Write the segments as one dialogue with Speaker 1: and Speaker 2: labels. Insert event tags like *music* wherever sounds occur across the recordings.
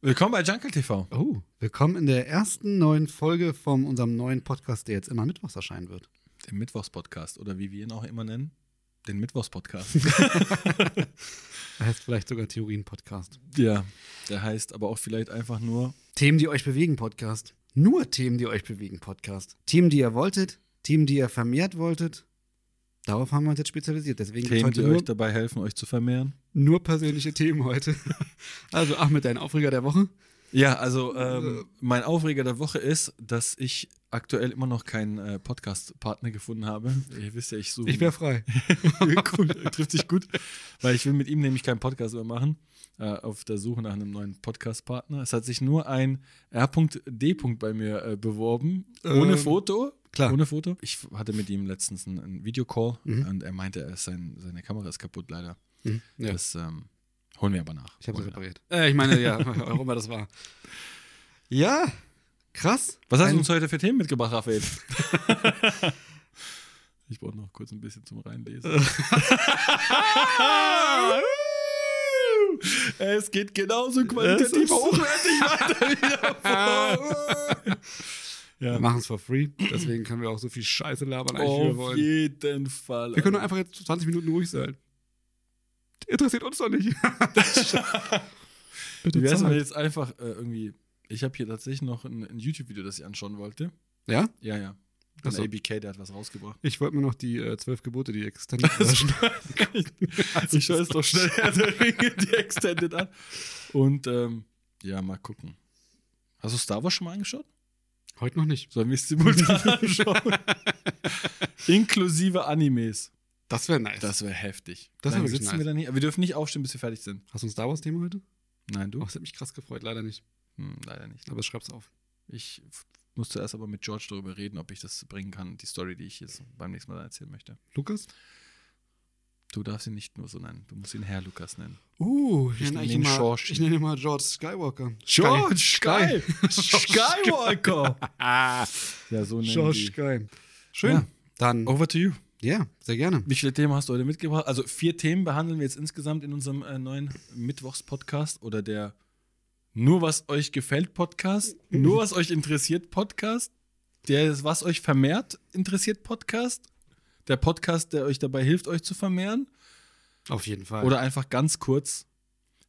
Speaker 1: Willkommen bei Jungle TV.
Speaker 2: Oh, willkommen in der ersten neuen Folge von unserem neuen Podcast, der jetzt immer mittwochs erscheinen wird.
Speaker 1: Dem Mittwochspodcast oder wie wir ihn auch immer nennen, den Mittwochspodcast.
Speaker 2: *laughs* Da heißt vielleicht sogar Theorien-Podcast.
Speaker 1: ja, der heißt aber auch vielleicht einfach nur
Speaker 2: Themen, die euch bewegen, Podcast. Nur Themen, die euch bewegen, Podcast. Themen, die ihr wolltet, Themen, die ihr vermehrt wolltet. Darauf haben wir uns jetzt spezialisiert. Deswegen gibt's
Speaker 1: Themen, die
Speaker 2: heute nur,
Speaker 1: euch dabei helfen, euch zu vermehren.
Speaker 2: nur persönliche Themen heute. *laughs* Also Ahmed, dein Aufreger der Woche.
Speaker 1: Ja, also
Speaker 2: Äh.
Speaker 1: ähm, mein Aufreger der Woche ist, dass ich aktuell immer noch keinen äh, Podcast-Partner gefunden habe. Ihr wisst ja, ich suche.
Speaker 2: Ich wäre *laughs* frei.
Speaker 1: *laughs* cool, trifft sich gut, weil ich will mit ihm nämlich keinen Podcast mehr machen, äh, auf der Suche nach einem neuen Podcast-Partner. Es hat sich nur ein R.D. bei mir äh, beworben, ohne
Speaker 2: Ähm,
Speaker 1: Foto.
Speaker 2: klar.
Speaker 1: Ohne Foto. Ich hatte mit ihm letztens einen, einen Videocall
Speaker 2: Mhm.
Speaker 1: und er meinte, er ist sein, seine Kamera ist kaputt leider.
Speaker 2: Hm, ja.
Speaker 1: Das ähm, holen wir aber nach.
Speaker 2: Ich habe
Speaker 1: Holen
Speaker 2: sie
Speaker 1: wir nach.
Speaker 2: repariert. Äh, ich meine, ja, *laughs* warum immer das war. Ja, krass.
Speaker 1: Was hast
Speaker 2: Ein-
Speaker 1: du uns heute für Themen mitgebracht, Raphael? ich brauche noch kurz ein bisschen zum Reinlesen. *laughs* es geht genauso
Speaker 2: Es ist-
Speaker 1: qualitativ hochwertig weiter wieder vor.
Speaker 2: Wir
Speaker 1: ja.
Speaker 2: machen es for free, deswegen können wir auch so viel Scheiße labern, eigentlich wie wir
Speaker 1: Auf
Speaker 2: wollen.
Speaker 1: jeden Fall.
Speaker 2: Wir können doch einfach jetzt 20 Minuten ruhig sein. Interessiert uns
Speaker 1: *laughs*
Speaker 2: doch nicht. Bitte
Speaker 1: Wie wär's, wenn wir
Speaker 2: zahlt.
Speaker 1: jetzt einfach äh, irgendwie. Ich habe hier tatsächlich noch ein, ein YouTube-Video, das ich anschauen wollte.
Speaker 2: Ja?
Speaker 1: Ja, ja.
Speaker 2: Ach
Speaker 1: Ein
Speaker 2: so.
Speaker 1: ABK, der hat was rausgebracht.
Speaker 2: Ich wollte mir noch die äh, zwölf Gebote,
Speaker 1: *laughs*
Speaker 2: die Extended Version.
Speaker 1: Also, ich schaue es doch schnell
Speaker 2: *laughs*
Speaker 1: Herr der Ringe, die Extended an. Und ähm, ja, mal gucken. Hast du Star Wars schon mal angeschaut?
Speaker 2: Heute
Speaker 1: *laughs*
Speaker 2: noch nicht.
Speaker 1: Sollen wir es
Speaker 2: *laughs*
Speaker 1: simultan anschauen? Inklusive Animes.
Speaker 2: Das wäre nice.
Speaker 1: Das wäre heftig.
Speaker 2: Das wär
Speaker 1: Dann
Speaker 2: wirklich
Speaker 1: sitzen
Speaker 2: nice.
Speaker 1: wir dann hier. Wir dürfen nicht aufstehen, bis wir fertig sind.
Speaker 2: Hast du ein Star Wars-Thema heute?
Speaker 1: Nein,
Speaker 2: Oh,
Speaker 1: du?
Speaker 2: das hat mich krass gefreut, leider nicht.
Speaker 1: Hm, leider nicht.
Speaker 2: Aber schreib's auf.
Speaker 1: Ich f- muss zuerst aber mit George darüber reden, ob ich das bringen kann, die Story, die ich jetzt beim nächsten Mal erzählen möchte.
Speaker 2: Lukas?
Speaker 1: Du darfst ihn nicht nur so nennen. Du musst ihn Herr Lukas nennen.
Speaker 2: Uh,
Speaker 1: Ich
Speaker 2: nenne
Speaker 1: nenne
Speaker 2: eigentlich
Speaker 1: ihn
Speaker 2: immer-
Speaker 1: George.
Speaker 2: ich nenne ihn mal George Skywalker.
Speaker 1: Sky! Skywalker!
Speaker 2: *laughs* Ah,
Speaker 1: Ja, so nennen
Speaker 2: George
Speaker 1: die.
Speaker 2: Sky. Schön.
Speaker 1: Ja.
Speaker 2: Dann,
Speaker 1: Over to you.
Speaker 2: ja, sehr gerne.
Speaker 1: Wie viele Themen hast du heute mitgebracht? Also vier Themen behandeln wir jetzt insgesamt in unserem äh, neuen Mittwochs-Podcast oder der Nur was euch gefällt Podcast, Nur was euch interessiert Podcast, der was euch vermehrt interessiert Podcast, der Podcast, der euch dabei hilft, euch zu vermehren
Speaker 2: Auf jeden Fall.
Speaker 1: oder einfach ganz kurz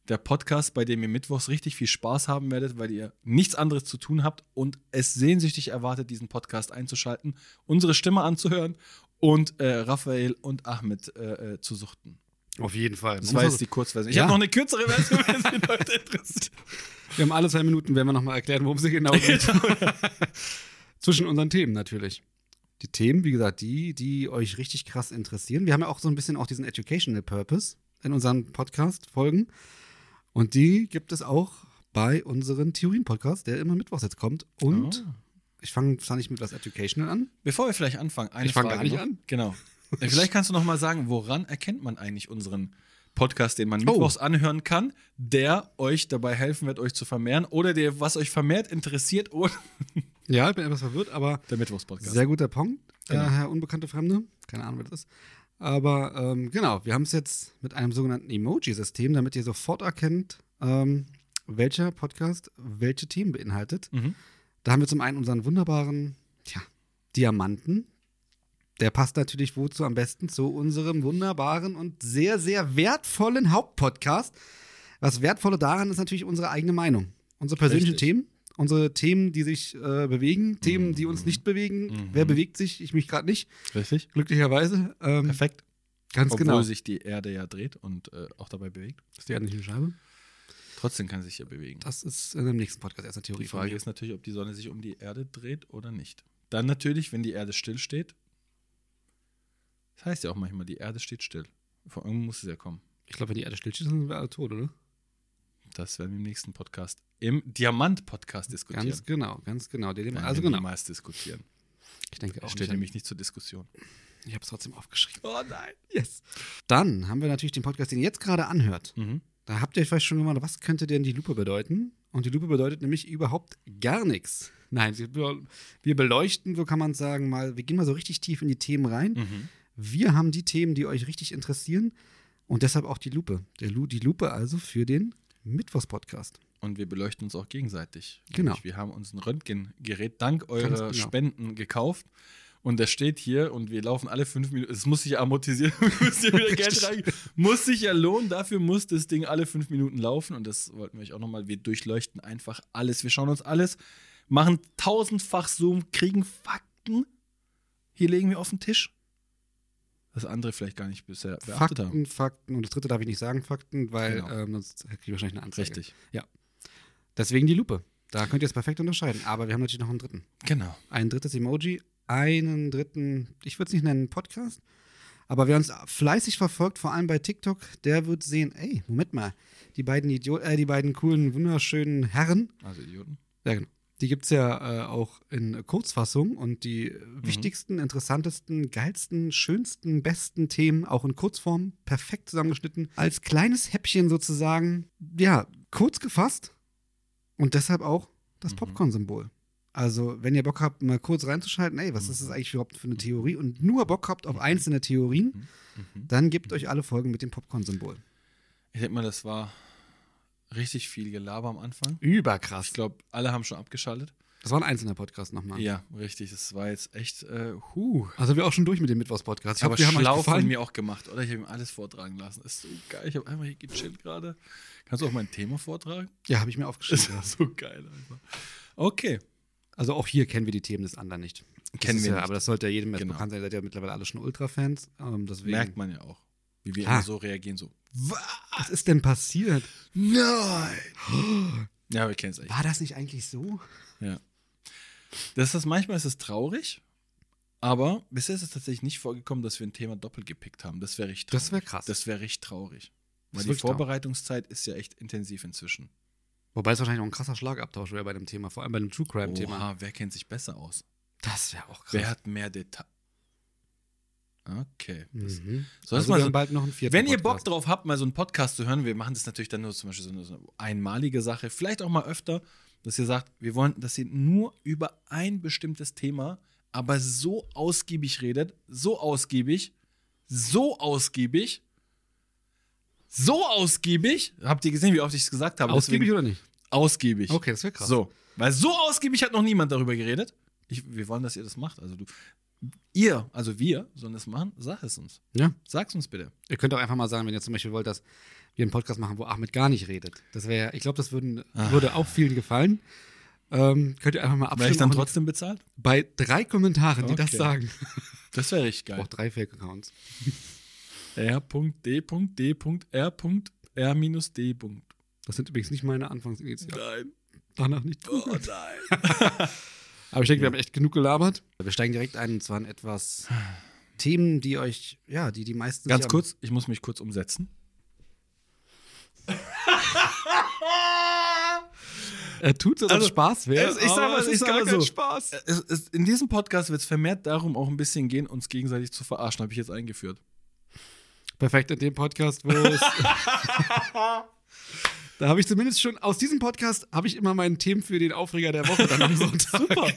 Speaker 1: der Podcast, bei dem ihr Mittwochs richtig viel Spaß haben werdet, weil ihr nichts anderes zu tun habt und es sehnsüchtig erwartet, diesen Podcast einzuschalten, unsere Stimme anzuhören und äh, Raphael und Ahmed äh, äh, zu suchten.
Speaker 2: Auf jeden Fall.
Speaker 1: Das
Speaker 2: Man
Speaker 1: war
Speaker 2: muss also
Speaker 1: jetzt die Kurzversion. Ich
Speaker 2: Ja.
Speaker 1: habe noch eine kürzere Version, wenn es die Leute interessiert.
Speaker 2: Wir haben alle zwei Minuten, werden wir nochmal erklären, worum es *laughs* genau geht. Zwischen unseren Themen natürlich. Die Themen, wie gesagt, die, die euch richtig krass interessieren. Wir haben ja auch so ein bisschen auch diesen Educational Purpose in unseren Podcast-Folgen. Und die gibt es auch bei unseren Theorien-Podcast, der immer mittwochs jetzt kommt. Und
Speaker 1: Oh.
Speaker 2: ich fange zwar nicht mit was Educational an.
Speaker 1: Bevor wir vielleicht anfangen, eine
Speaker 2: Ich fang
Speaker 1: Frage
Speaker 2: gar nicht
Speaker 1: noch.
Speaker 2: an.
Speaker 1: Genau. *laughs* Äh, Vielleicht kannst du noch mal sagen, woran erkennt man eigentlich unseren Podcast, den man mittwochs anhören kann, der euch dabei helfen wird, euch zu vermehren oder der, was euch vermehrt interessiert *laughs* oder
Speaker 2: Ja, ich bin etwas verwirrt, aber
Speaker 1: der Mittwochspodcast.
Speaker 2: Sehr guter Punkt,
Speaker 1: Genau.
Speaker 2: äh, Herr Unbekannte Fremde. Keine Ahnung, wer das ist. Aber ähm, genau, wir haben es jetzt mit einem sogenannten Emoji-System, damit ihr sofort erkennt, ähm, welcher Podcast welche Themen beinhaltet.
Speaker 1: Mhm.
Speaker 2: Da haben wir zum einen unseren wunderbaren tja, Diamanten. Der passt natürlich wozu am besten zu unserem wunderbaren und sehr, sehr wertvollen Hauptpodcast. Das Wertvolle daran ist natürlich unsere eigene Meinung. Unsere persönlichen
Speaker 1: Richtig.
Speaker 2: Themen, unsere Themen, die sich äh, bewegen, Themen, die uns nicht bewegen.
Speaker 1: Mhm.
Speaker 2: Wer bewegt sich? Ich mich gerade nicht,
Speaker 1: Richtig.
Speaker 2: glücklicherweise. Ähm,
Speaker 1: Perfekt.
Speaker 2: Ganz
Speaker 1: Äh, Obwohl
Speaker 2: genau.
Speaker 1: sich die Erde ja dreht und äh, auch dabei bewegt.
Speaker 2: Ist die eigentlich eine Scheibe?
Speaker 1: Trotzdem kann sie sich ja bewegen.
Speaker 2: Das ist in dem nächsten Podcast erst eine Theorie
Speaker 1: Die
Speaker 2: von
Speaker 1: Frage
Speaker 2: mir.
Speaker 1: ist natürlich, ob die Sonne sich um die Erde dreht oder nicht. Dann natürlich, wenn die Erde still steht. Das heißt ja auch manchmal, die Erde steht still. Von irgendwo muss es ja kommen.
Speaker 2: Ich glaube, wenn die Erde stillsteht, sind wir alle tot, oder?
Speaker 1: Das werden wir im nächsten Podcast, im Diamant-Podcast diskutieren.
Speaker 2: Ganz genau, ganz genau. Die-
Speaker 1: Werden
Speaker 2: Also
Speaker 1: wir
Speaker 2: genau.
Speaker 1: niemals diskutieren.
Speaker 2: Ich denke
Speaker 1: Das
Speaker 2: auch
Speaker 1: steht
Speaker 2: nicht. an-
Speaker 1: nämlich nicht zur Diskussion.
Speaker 2: Ich habe es trotzdem aufgeschrieben.
Speaker 1: Oh nein.
Speaker 2: Yes. Dann haben wir natürlich den Podcast, den ihr jetzt gerade anhört.
Speaker 1: Mhm.
Speaker 2: Da habt ihr euch vielleicht schon gemacht, was könnte denn die Lupe bedeuten? Und die Lupe bedeutet nämlich überhaupt gar nichts. Nein, wir be- wir beleuchten, so kann man sagen, mal, wir gehen mal so richtig tief in die Themen rein.
Speaker 1: Mhm.
Speaker 2: Wir haben die Themen, die euch richtig interessieren und deshalb auch die Lupe. Der Lu die Lupe also für den Mittwochs-Podcast.
Speaker 1: Und wir beleuchten uns auch gegenseitig.
Speaker 2: Genau.
Speaker 1: Nämlich, Wir haben uns ein Röntgengerät dank eurer
Speaker 2: genau.
Speaker 1: Spenden gekauft. Und das steht hier und wir laufen alle fünf Minuten. Es muss sich ja amortisieren, *laughs* muss hier wieder Geld rein. Muss sich ja lohnen. Dafür muss das Ding alle fünf Minuten laufen. Und das wollten wir euch auch nochmal. Wir durchleuchten einfach alles. Wir schauen uns alles, machen tausendfach Zoom, kriegen Fakten. Hier legen wir auf den Tisch. Das andere vielleicht gar nicht bisher beachtet haben.
Speaker 2: Fakten, Fakten. Und das dritte darf ich nicht sagen, Fakten, weil
Speaker 1: Genau.
Speaker 2: ähm, sonst kriege ich wahrscheinlich eine Anzeige.
Speaker 1: Richtig.
Speaker 2: Deswegen die Lupe. Da könnt ihr es perfekt unterscheiden. Aber wir haben natürlich noch einen dritten.
Speaker 1: Genau.
Speaker 2: Ein drittes Emoji, einen dritten, ich würde es nicht nennen, Podcast. Aber wer uns fleißig verfolgt, vor allem bei TikTok, der wird sehen, ey, Moment mal, die beiden Idioten, äh, die beiden coolen, wunderschönen Herren,
Speaker 1: Also Idioten.
Speaker 2: ja, genau. Die gibt es ja äh, auch in Kurzfassung und die wichtigsten, interessantesten, geilsten, schönsten, besten Themen auch in Kurzform perfekt zusammengeschnitten. Als kleines Häppchen sozusagen, ja, kurz gefasst und deshalb auch das
Speaker 1: Mhm.
Speaker 2: Popcorn-Symbol. Also, wenn ihr Bock habt, mal kurz reinzuschalten, ey, was ist
Speaker 1: Mhm.
Speaker 2: das eigentlich überhaupt für eine Theorie und nur Bock habt auf einzelne Theorien,
Speaker 1: Mhm.
Speaker 2: dann gebt euch alle Folgen mit dem Popcorn-Symbol.
Speaker 1: Ich denke mal, das war richtig viel Gelaber am Anfang. Ich
Speaker 2: Überkrass.
Speaker 1: glaube, alle haben schon abgeschaltet.
Speaker 2: Das war ein einzelner Podcast nochmal.
Speaker 1: Ja, richtig. Das war jetzt echt, äh, huh.
Speaker 2: Also, wir auch schon durch mit dem Mittwochs-Podcast. Ich
Speaker 1: Aber
Speaker 2: hoffe, wir haben euch
Speaker 1: schlau von
Speaker 2: gefallen.
Speaker 1: mir auch gemacht, oder? Ich habe ihm alles vortragen lassen. Ist so geil. Ich habe einmal hier gechillt gerade. Kannst du auch mein Thema
Speaker 2: *laughs*
Speaker 1: vortragen?
Speaker 2: Ja, habe ich mir aufgeschrieben.
Speaker 1: Ist *laughs* ja so geil einfach. Okay.
Speaker 2: Also auch hier kennen wir die Themen des anderen nicht. Das
Speaker 1: Kennen
Speaker 2: ist
Speaker 1: wir
Speaker 2: ja,
Speaker 1: nicht.
Speaker 2: Aber das sollte ja jedem jetzt
Speaker 1: Genau.
Speaker 2: bekannt sein. Ihr seid ja mittlerweile alle schon Ultra-Fans. Ähm, deswegen.
Speaker 1: Merkt man ja auch, wie wir
Speaker 2: Klar.
Speaker 1: immer so reagieren. So,
Speaker 2: Was ist denn passiert?
Speaker 1: nein!
Speaker 2: *gasps*
Speaker 1: Ja, wir kennen es echt.
Speaker 2: War das nicht eigentlich so?
Speaker 1: Ja. Das ist, manchmal ist es traurig, aber bisher ist es tatsächlich nicht vorgekommen, dass wir ein Thema doppelt gepickt haben. Das wäre richtig
Speaker 2: Das
Speaker 1: traurig.
Speaker 2: wäre krass.
Speaker 1: Das wäre richtig traurig. Weil
Speaker 2: Das ist
Speaker 1: die
Speaker 2: wirklich traurig.
Speaker 1: Vorbereitungszeit ist ja echt intensiv inzwischen.
Speaker 2: Wobei es wahrscheinlich noch ein krasser Schlagabtausch wäre bei dem Thema, vor allem bei dem True Crime-Thema.
Speaker 1: Oha, wer kennt sich besser aus?
Speaker 2: Das wäre auch krass.
Speaker 1: Wer hat mehr Detail? Okay. Das-
Speaker 2: mhm.
Speaker 1: Soll das
Speaker 2: also
Speaker 1: mal
Speaker 2: wir
Speaker 1: so,
Speaker 2: haben bald noch einen vierten
Speaker 1: wenn ihr Bock
Speaker 2: Podcast.
Speaker 1: drauf habt, mal so einen Podcast zu hören, wir machen das natürlich dann nur zum Beispiel so eine, so eine einmalige Sache, vielleicht auch mal öfter, dass ihr sagt, wir wollen, dass ihr nur über ein bestimmtes Thema, aber so ausgiebig redet, so ausgiebig, so ausgiebig, so ausgiebig. Habt ihr gesehen, wie oft ich es gesagt habe?
Speaker 2: Ausgiebig
Speaker 1: Deswegen-
Speaker 2: oder nicht?
Speaker 1: Ausgiebig.
Speaker 2: Okay, das wäre krass.
Speaker 1: So, weil so ausgiebig hat noch niemand darüber geredet. Ich, wir wollen, dass ihr das macht. Also du, ihr, also wir sollen das machen. Sag es uns.
Speaker 2: Ja.
Speaker 1: Sag's uns bitte.
Speaker 2: Ihr könnt auch einfach mal sagen, wenn ihr zum Beispiel wollt, dass wir einen Podcast machen, wo Ahmed gar nicht redet. Das wäre, ich glaube, das würden, würde auch vielen gefallen. Ähm, könnt ihr einfach mal
Speaker 1: Wäre
Speaker 2: abstimmen.
Speaker 1: Ah. ich dann
Speaker 2: Und
Speaker 1: trotzdem bezahlt?
Speaker 2: bei drei Kommentaren, die das
Speaker 1: Okay.
Speaker 2: sagen.
Speaker 1: Das wäre richtig geil.
Speaker 2: Auch drei Fake-Accounts.
Speaker 1: R.D.D.R.R-D.
Speaker 2: Das sind übrigens nicht meine Anfangsinitialen.
Speaker 1: Nein.
Speaker 2: Danach nicht.
Speaker 1: Oh nein.
Speaker 2: *laughs* Aber ich denke, wir haben echt genug gelabert. Wir steigen direkt ein und zwar in etwas Themen, die euch, ja, die die meisten.
Speaker 1: Ganz
Speaker 2: sich am-
Speaker 1: kurz, ich muss mich kurz umsetzen.
Speaker 2: Er tut so, äh, als ob
Speaker 1: Also,
Speaker 2: es Spaß wäre.
Speaker 1: es- ich sag
Speaker 2: aber
Speaker 1: mal,
Speaker 2: es
Speaker 1: ich
Speaker 2: ist
Speaker 1: sag
Speaker 2: gar
Speaker 1: mal
Speaker 2: kein
Speaker 1: so.
Speaker 2: Spaß.
Speaker 1: Es, es, in diesem Podcast wird es vermehrt darum auch ein bisschen gehen, uns gegenseitig zu verarschen, habe ich jetzt eingeführt.
Speaker 2: Perfekt in dem Podcast, wo *laughs* es. Da habe ich zumindest schon, aus diesem Podcast habe ich immer meinen Themen für den Aufreger der Woche dann am Sonntag. Super.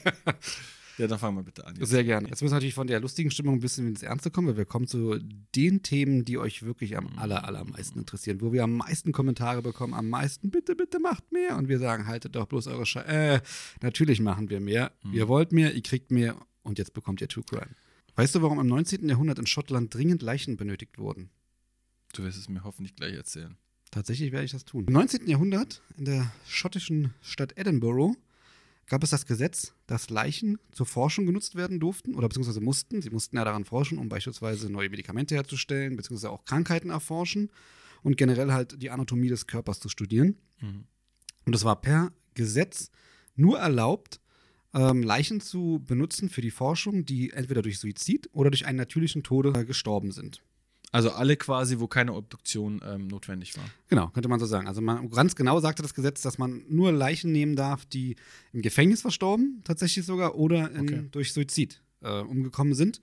Speaker 1: Ja, dann fangen wir bitte an. Jetzt.
Speaker 2: Sehr gerne. Jetzt müssen wir natürlich von der lustigen Stimmung ein bisschen ins Ernste kommen, weil wir kommen zu den Themen, die euch wirklich am aller, allermeisten interessieren, wo wir am meisten Kommentare bekommen, am meisten, bitte, bitte macht mehr. Und wir sagen, haltet doch bloß eure Scheiße. Äh, natürlich machen wir mehr. Ihr wollt mehr, ihr kriegt mehr und jetzt bekommt ihr True Crime. Weißt du, warum im 19. Jahrhundert in Schottland dringend Leichen benötigt wurden?
Speaker 1: Du wirst es mir hoffentlich gleich erzählen.
Speaker 2: Tatsächlich werde ich das tun. Im 19. Jahrhundert in der schottischen Stadt Edinburgh gab es das Gesetz, dass Leichen zur Forschung genutzt werden durften oder beziehungsweise mussten. Sie mussten ja daran forschen, um beispielsweise neue Medikamente herzustellen, beziehungsweise auch Krankheiten erforschen und generell halt die Anatomie des Körpers zu studieren.
Speaker 1: Mhm.
Speaker 2: Und es war per Gesetz nur erlaubt, ähm, Leichen zu benutzen für die Forschung, die entweder durch Suizid oder durch einen natürlichen Tode äh, gestorben sind.
Speaker 1: Also alle quasi, wo keine Obduktion ähm, notwendig war.
Speaker 2: Genau, könnte man so sagen. Also man, ganz genau sagte das Gesetz, dass man nur Leichen nehmen darf, die im Gefängnis verstorben, tatsächlich sogar, oder in,
Speaker 1: Okay.
Speaker 2: durch Suizid äh, umgekommen sind.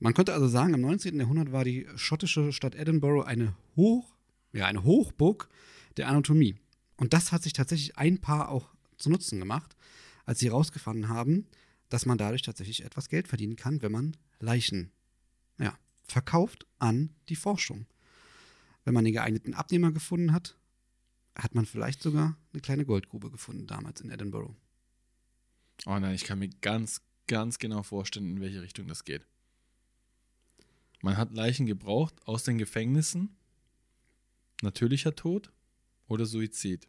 Speaker 2: Man könnte also sagen, im 19. Jahrhundert war die schottische Stadt Edinburgh eine, Hoch, ja, eine Hochburg der Anatomie. Und das hat sich tatsächlich ein Paar auch zu Nutzen gemacht, als sie herausgefunden haben, dass man dadurch tatsächlich etwas Geld verdienen kann, wenn man Leichen ja, verkauft an die Forschung wenn man den geeigneten Abnehmer gefunden hat, hat man vielleicht sogar eine kleine Goldgrube gefunden damals in Edinburgh.
Speaker 1: Oh nein, ich kann mir ganz, ganz genau vorstellen, in welche Richtung das geht. Man hat Leichen gebraucht aus den Gefängnissen, natürlicher Tod oder Suizid.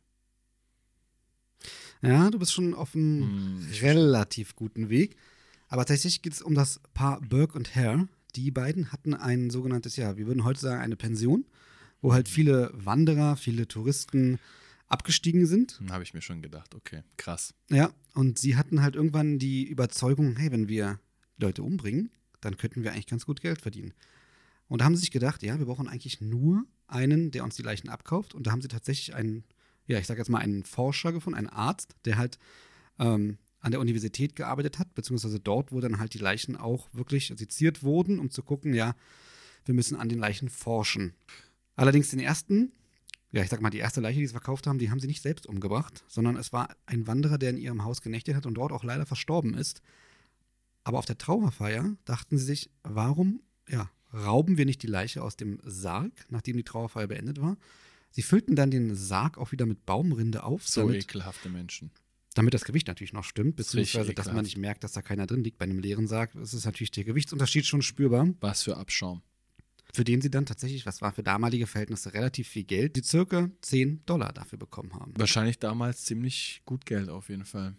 Speaker 2: Ja, du bist schon auf einem
Speaker 1: Hm,
Speaker 2: relativ guten Weg. Aber tatsächlich geht es um das Paar Burke und Hare. Die beiden hatten ein sogenanntes, ja, wir würden heute sagen, eine Pension, wo halt viele Wanderer, viele Touristen abgestiegen sind.
Speaker 1: Habe ich mir schon gedacht, okay, krass.
Speaker 2: Ja, und sie hatten halt irgendwann die Überzeugung, hey, wenn wir Leute umbringen, dann könnten wir eigentlich ganz gut Geld verdienen. Und da haben sie sich gedacht, ja, wir brauchen eigentlich nur einen, der uns die Leichen abkauft. Und da haben sie tatsächlich einen, ja, ich sag jetzt mal einen Forscher gefunden, einen Arzt, der halt ähm, an der Universität gearbeitet hat, beziehungsweise dort, wo dann halt die Leichen auch wirklich seziert wurden, um zu gucken, ja, wir müssen an den Leichen forschen. Allerdings den ersten, ja, ich sag mal, die erste Leiche, die sie verkauft haben, die haben sie nicht selbst umgebracht, sondern es war ein Wanderer, der in ihrem Haus genächtigt hat und dort auch leider verstorben ist. Aber auf der Trauerfeier dachten sie sich, warum, ja, rauben wir nicht die Leiche aus dem Sarg, nachdem die Trauerfeier beendet war? Sie füllten dann den Sarg auch wieder mit Baumrinde auf,
Speaker 1: So
Speaker 2: damit
Speaker 1: ekelhafte Menschen.
Speaker 2: damit das Gewicht natürlich noch stimmt, beziehungsweise
Speaker 1: Richtig
Speaker 2: dass man
Speaker 1: ekelhaft.
Speaker 2: nicht merkt, dass da keiner drin liegt. Bei einem leeren Sarg ist es natürlich der Gewichtsunterschied schon spürbar,
Speaker 1: Was für Abschaum.
Speaker 2: für den sie dann tatsächlich, was war für damalige Verhältnisse relativ viel Geld, die circa 10 Dollar dafür bekommen haben.
Speaker 1: Wahrscheinlich damals ziemlich gut Geld auf jeden Fall.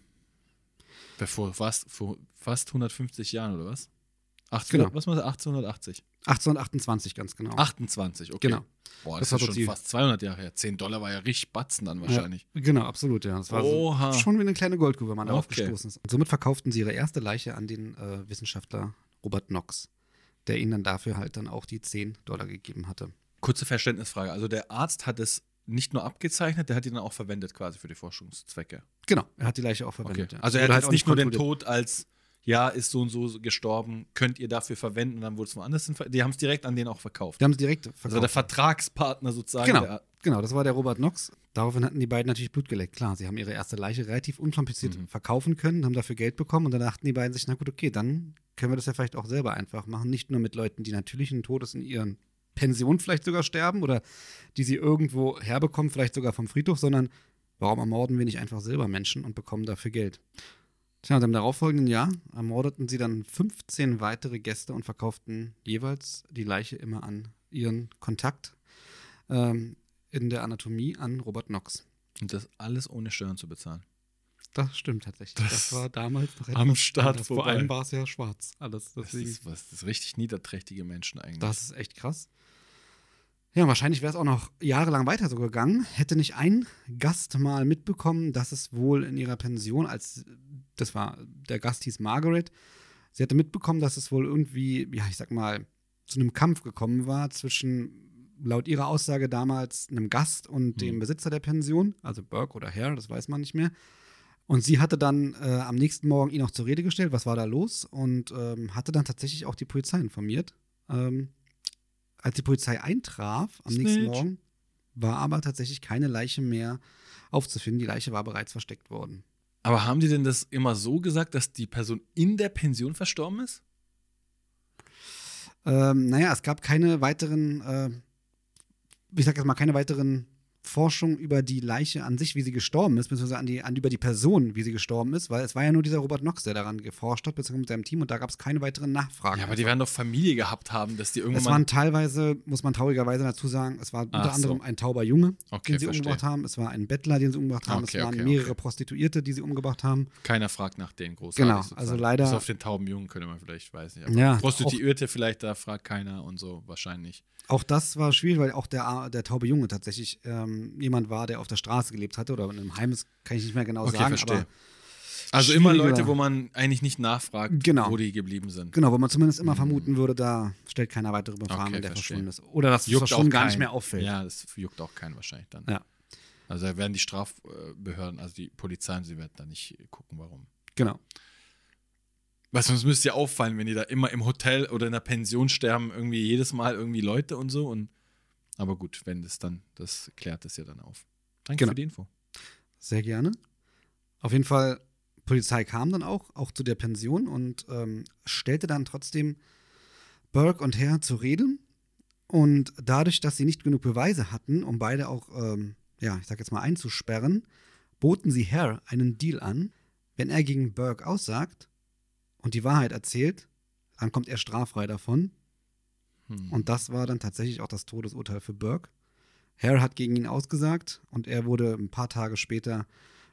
Speaker 1: Bevor fast, vor fast 150 Jahren oder was? 1800,
Speaker 2: Genau.
Speaker 1: Was war das? 1880?
Speaker 2: 1828 ganz genau.
Speaker 1: 28, okay.
Speaker 2: Genau.
Speaker 1: Boah,
Speaker 2: Das
Speaker 1: das,
Speaker 2: war
Speaker 1: ist
Speaker 2: so
Speaker 1: schon
Speaker 2: die-
Speaker 1: fast 200 Jahre her. 10 Dollar war ja richtig Batzen dann wahrscheinlich.
Speaker 2: Ja, genau, absolut, ja. Das war
Speaker 1: Oha.
Speaker 2: So, schon wie eine kleine Goldgrube, wenn man darauf
Speaker 1: Okay.
Speaker 2: gestoßen ist. Und somit verkauften sie ihre erste Leiche an den äh, Wissenschaftler Robert Knox, der ihnen dann dafür halt dann auch die 10 Dollar gegeben hatte.
Speaker 1: Kurze Verständnisfrage. Also der Arzt hat es nicht nur abgezeichnet, der hat ihn dann auch verwendet quasi für die Forschungszwecke.
Speaker 2: Genau, er hat die Leiche auch
Speaker 1: Okay.
Speaker 2: verwendet. ja.
Speaker 1: Also er hat
Speaker 2: Wurde halt
Speaker 1: jetzt
Speaker 2: auch
Speaker 1: nicht nur den
Speaker 2: kontrolliert.
Speaker 1: Tod als ja, ist so und so gestorben, könnt ihr dafür verwenden, und dann wurde es woanders hin. ver- Die haben es direkt an den auch verkauft.
Speaker 2: Die haben sie direkt verkauft.
Speaker 1: Also der Vertragspartner sozusagen.
Speaker 2: Genau,
Speaker 1: Der,
Speaker 2: genau, das war der Robert Knox. Daraufhin hatten die beiden natürlich Blut geleckt. Klar, sie haben ihre erste Leiche relativ unkompliziert verkaufen können, haben dafür Geld bekommen und dann dachten die beiden sich, na gut, okay, dann können wir das ja vielleicht auch selber einfach machen. Nicht nur mit Leuten, die natürlichen Todes in ihren Pensionen vielleicht sogar sterben oder die sie irgendwo herbekommen, vielleicht sogar vom Friedhof, sondern warum ermorden wir nicht einfach selber Menschen und bekommen dafür Geld? Tja, und im darauffolgenden Jahr ermordeten sie dann 15 weitere Gäste und verkauften jeweils die Leiche immer an ihren Kontakt ähm, in der Anatomie an Robert Knox.
Speaker 1: und das alles ohne Steuern zu bezahlen.
Speaker 2: Das stimmt tatsächlich. Das,
Speaker 1: Das
Speaker 2: war damals noch
Speaker 1: am Start
Speaker 2: anders. Vor
Speaker 1: vorbei.
Speaker 2: allem war es ja schwarz. Alles
Speaker 1: Das
Speaker 2: deswegen.
Speaker 1: ist, was, das ist richtig niederträchtige Menschen eigentlich.
Speaker 2: Das ist echt krass. Ja, wahrscheinlich wäre es auch noch jahrelang weiter so gegangen. Hätte nicht ein Gast mal mitbekommen, dass es wohl in ihrer Pension, als das war, der Gast hieß Margaret, sie hatte mitbekommen, dass es wohl irgendwie, ja, ich sag mal, zu einem Kampf gekommen war zwischen, laut ihrer Aussage damals, einem Gast und dem
Speaker 1: Hm.
Speaker 2: Besitzer der Pension, also Burke oder Hare, das weiß man nicht mehr. Und sie hatte dann äh, am nächsten Morgen ihn auch zur Rede gestellt, was war da los, und ähm, hatte dann tatsächlich auch die Polizei informiert. Ähm, als die Polizei eintraf am nächsten
Speaker 1: Snitch.
Speaker 2: Morgen, war aber tatsächlich keine Leiche mehr aufzufinden. Die Leiche war bereits versteckt worden.
Speaker 1: Aber haben die denn das immer so gesagt, dass die Person in der Pension verstorben ist?
Speaker 2: Ähm, naja, es gab keine weiteren, äh, ich sag jetzt mal, keine weiteren Forschung über die Leiche an sich, wie sie gestorben ist, beziehungsweise an die, an, über die Person, wie sie gestorben ist, weil es war ja nur dieser Robert Knox, der daran geforscht hat, beziehungsweise mit seinem Team und da gab es keine weiteren Nachfragen.
Speaker 1: Ja, aber die werden doch Familie gehabt haben, dass die irgendwann
Speaker 2: es waren teilweise, muss man traurigerweise dazu sagen, es war unter
Speaker 1: Ach so.
Speaker 2: anderem ein tauber Junge,
Speaker 1: Okay,
Speaker 2: den sie
Speaker 1: verstehe.
Speaker 2: umgebracht haben, es war ein Bettler, den sie umgebracht haben,
Speaker 1: Okay,
Speaker 2: es waren
Speaker 1: okay,
Speaker 2: mehrere
Speaker 1: okay.
Speaker 2: Prostituierte, die sie umgebracht haben.
Speaker 1: keiner fragt nach denen großartig.
Speaker 2: Genau,
Speaker 1: sozusagen.
Speaker 2: also leider-
Speaker 1: Bis auf den tauben Jungen könnte man vielleicht, weiß nicht. Aber
Speaker 2: Ja,
Speaker 1: Prostituierte vielleicht, da fragt keiner und so wahrscheinlich.
Speaker 2: Auch das war schwierig, weil auch der, der taube Junge tatsächlich ähm, jemand war, der auf der Straße gelebt hatte oder in einem Heim, das kann ich nicht mehr genau
Speaker 1: Okay,
Speaker 2: sagen.
Speaker 1: verstehe.
Speaker 2: Aber
Speaker 1: Also immer
Speaker 2: schwieriger-
Speaker 1: Leute, wo man eigentlich nicht nachfragt,
Speaker 2: Genau.
Speaker 1: wo die geblieben sind.
Speaker 2: genau, wo man zumindest immer vermuten würde, da stellt keiner weitere Fragen,
Speaker 1: Mm. Okay,
Speaker 2: weil der
Speaker 1: verstehe.
Speaker 2: verschwunden ist. Oder dass es
Speaker 1: Juckt
Speaker 2: schon
Speaker 1: auch
Speaker 2: gar nicht
Speaker 1: keinen.
Speaker 2: mehr auffällt.
Speaker 1: Ja, das juckt auch keinen wahrscheinlich dann.
Speaker 2: Ja.
Speaker 1: Also da werden die Strafbehörden, also die Polizei, und sie werden da nicht gucken, warum.
Speaker 2: Genau.
Speaker 1: Weil sonst müsste ja auffallen, wenn die da immer im Hotel oder in der Pension sterben, irgendwie jedes Mal irgendwie Leute und so. Und, aber gut, wenn das dann, das klärt das ja dann auf. Danke
Speaker 2: Genau.
Speaker 1: für die Info.
Speaker 2: Sehr gerne. Auf jeden Fall, Polizei kam dann auch, auch zu der Pension und ähm, stellte dann trotzdem Burke und Hare zur Rede. Und dadurch, dass sie nicht genug Beweise hatten, um beide auch ähm, ja, ich sag jetzt mal einzusperren, boten sie Hare einen Deal an. Wenn er gegen Burke aussagt und die Wahrheit erzählt, dann kommt er straffrei davon.
Speaker 1: Hm.
Speaker 2: Und das war dann tatsächlich auch das Todesurteil für Burke. Hare hat gegen ihn ausgesagt und er wurde ein paar Tage später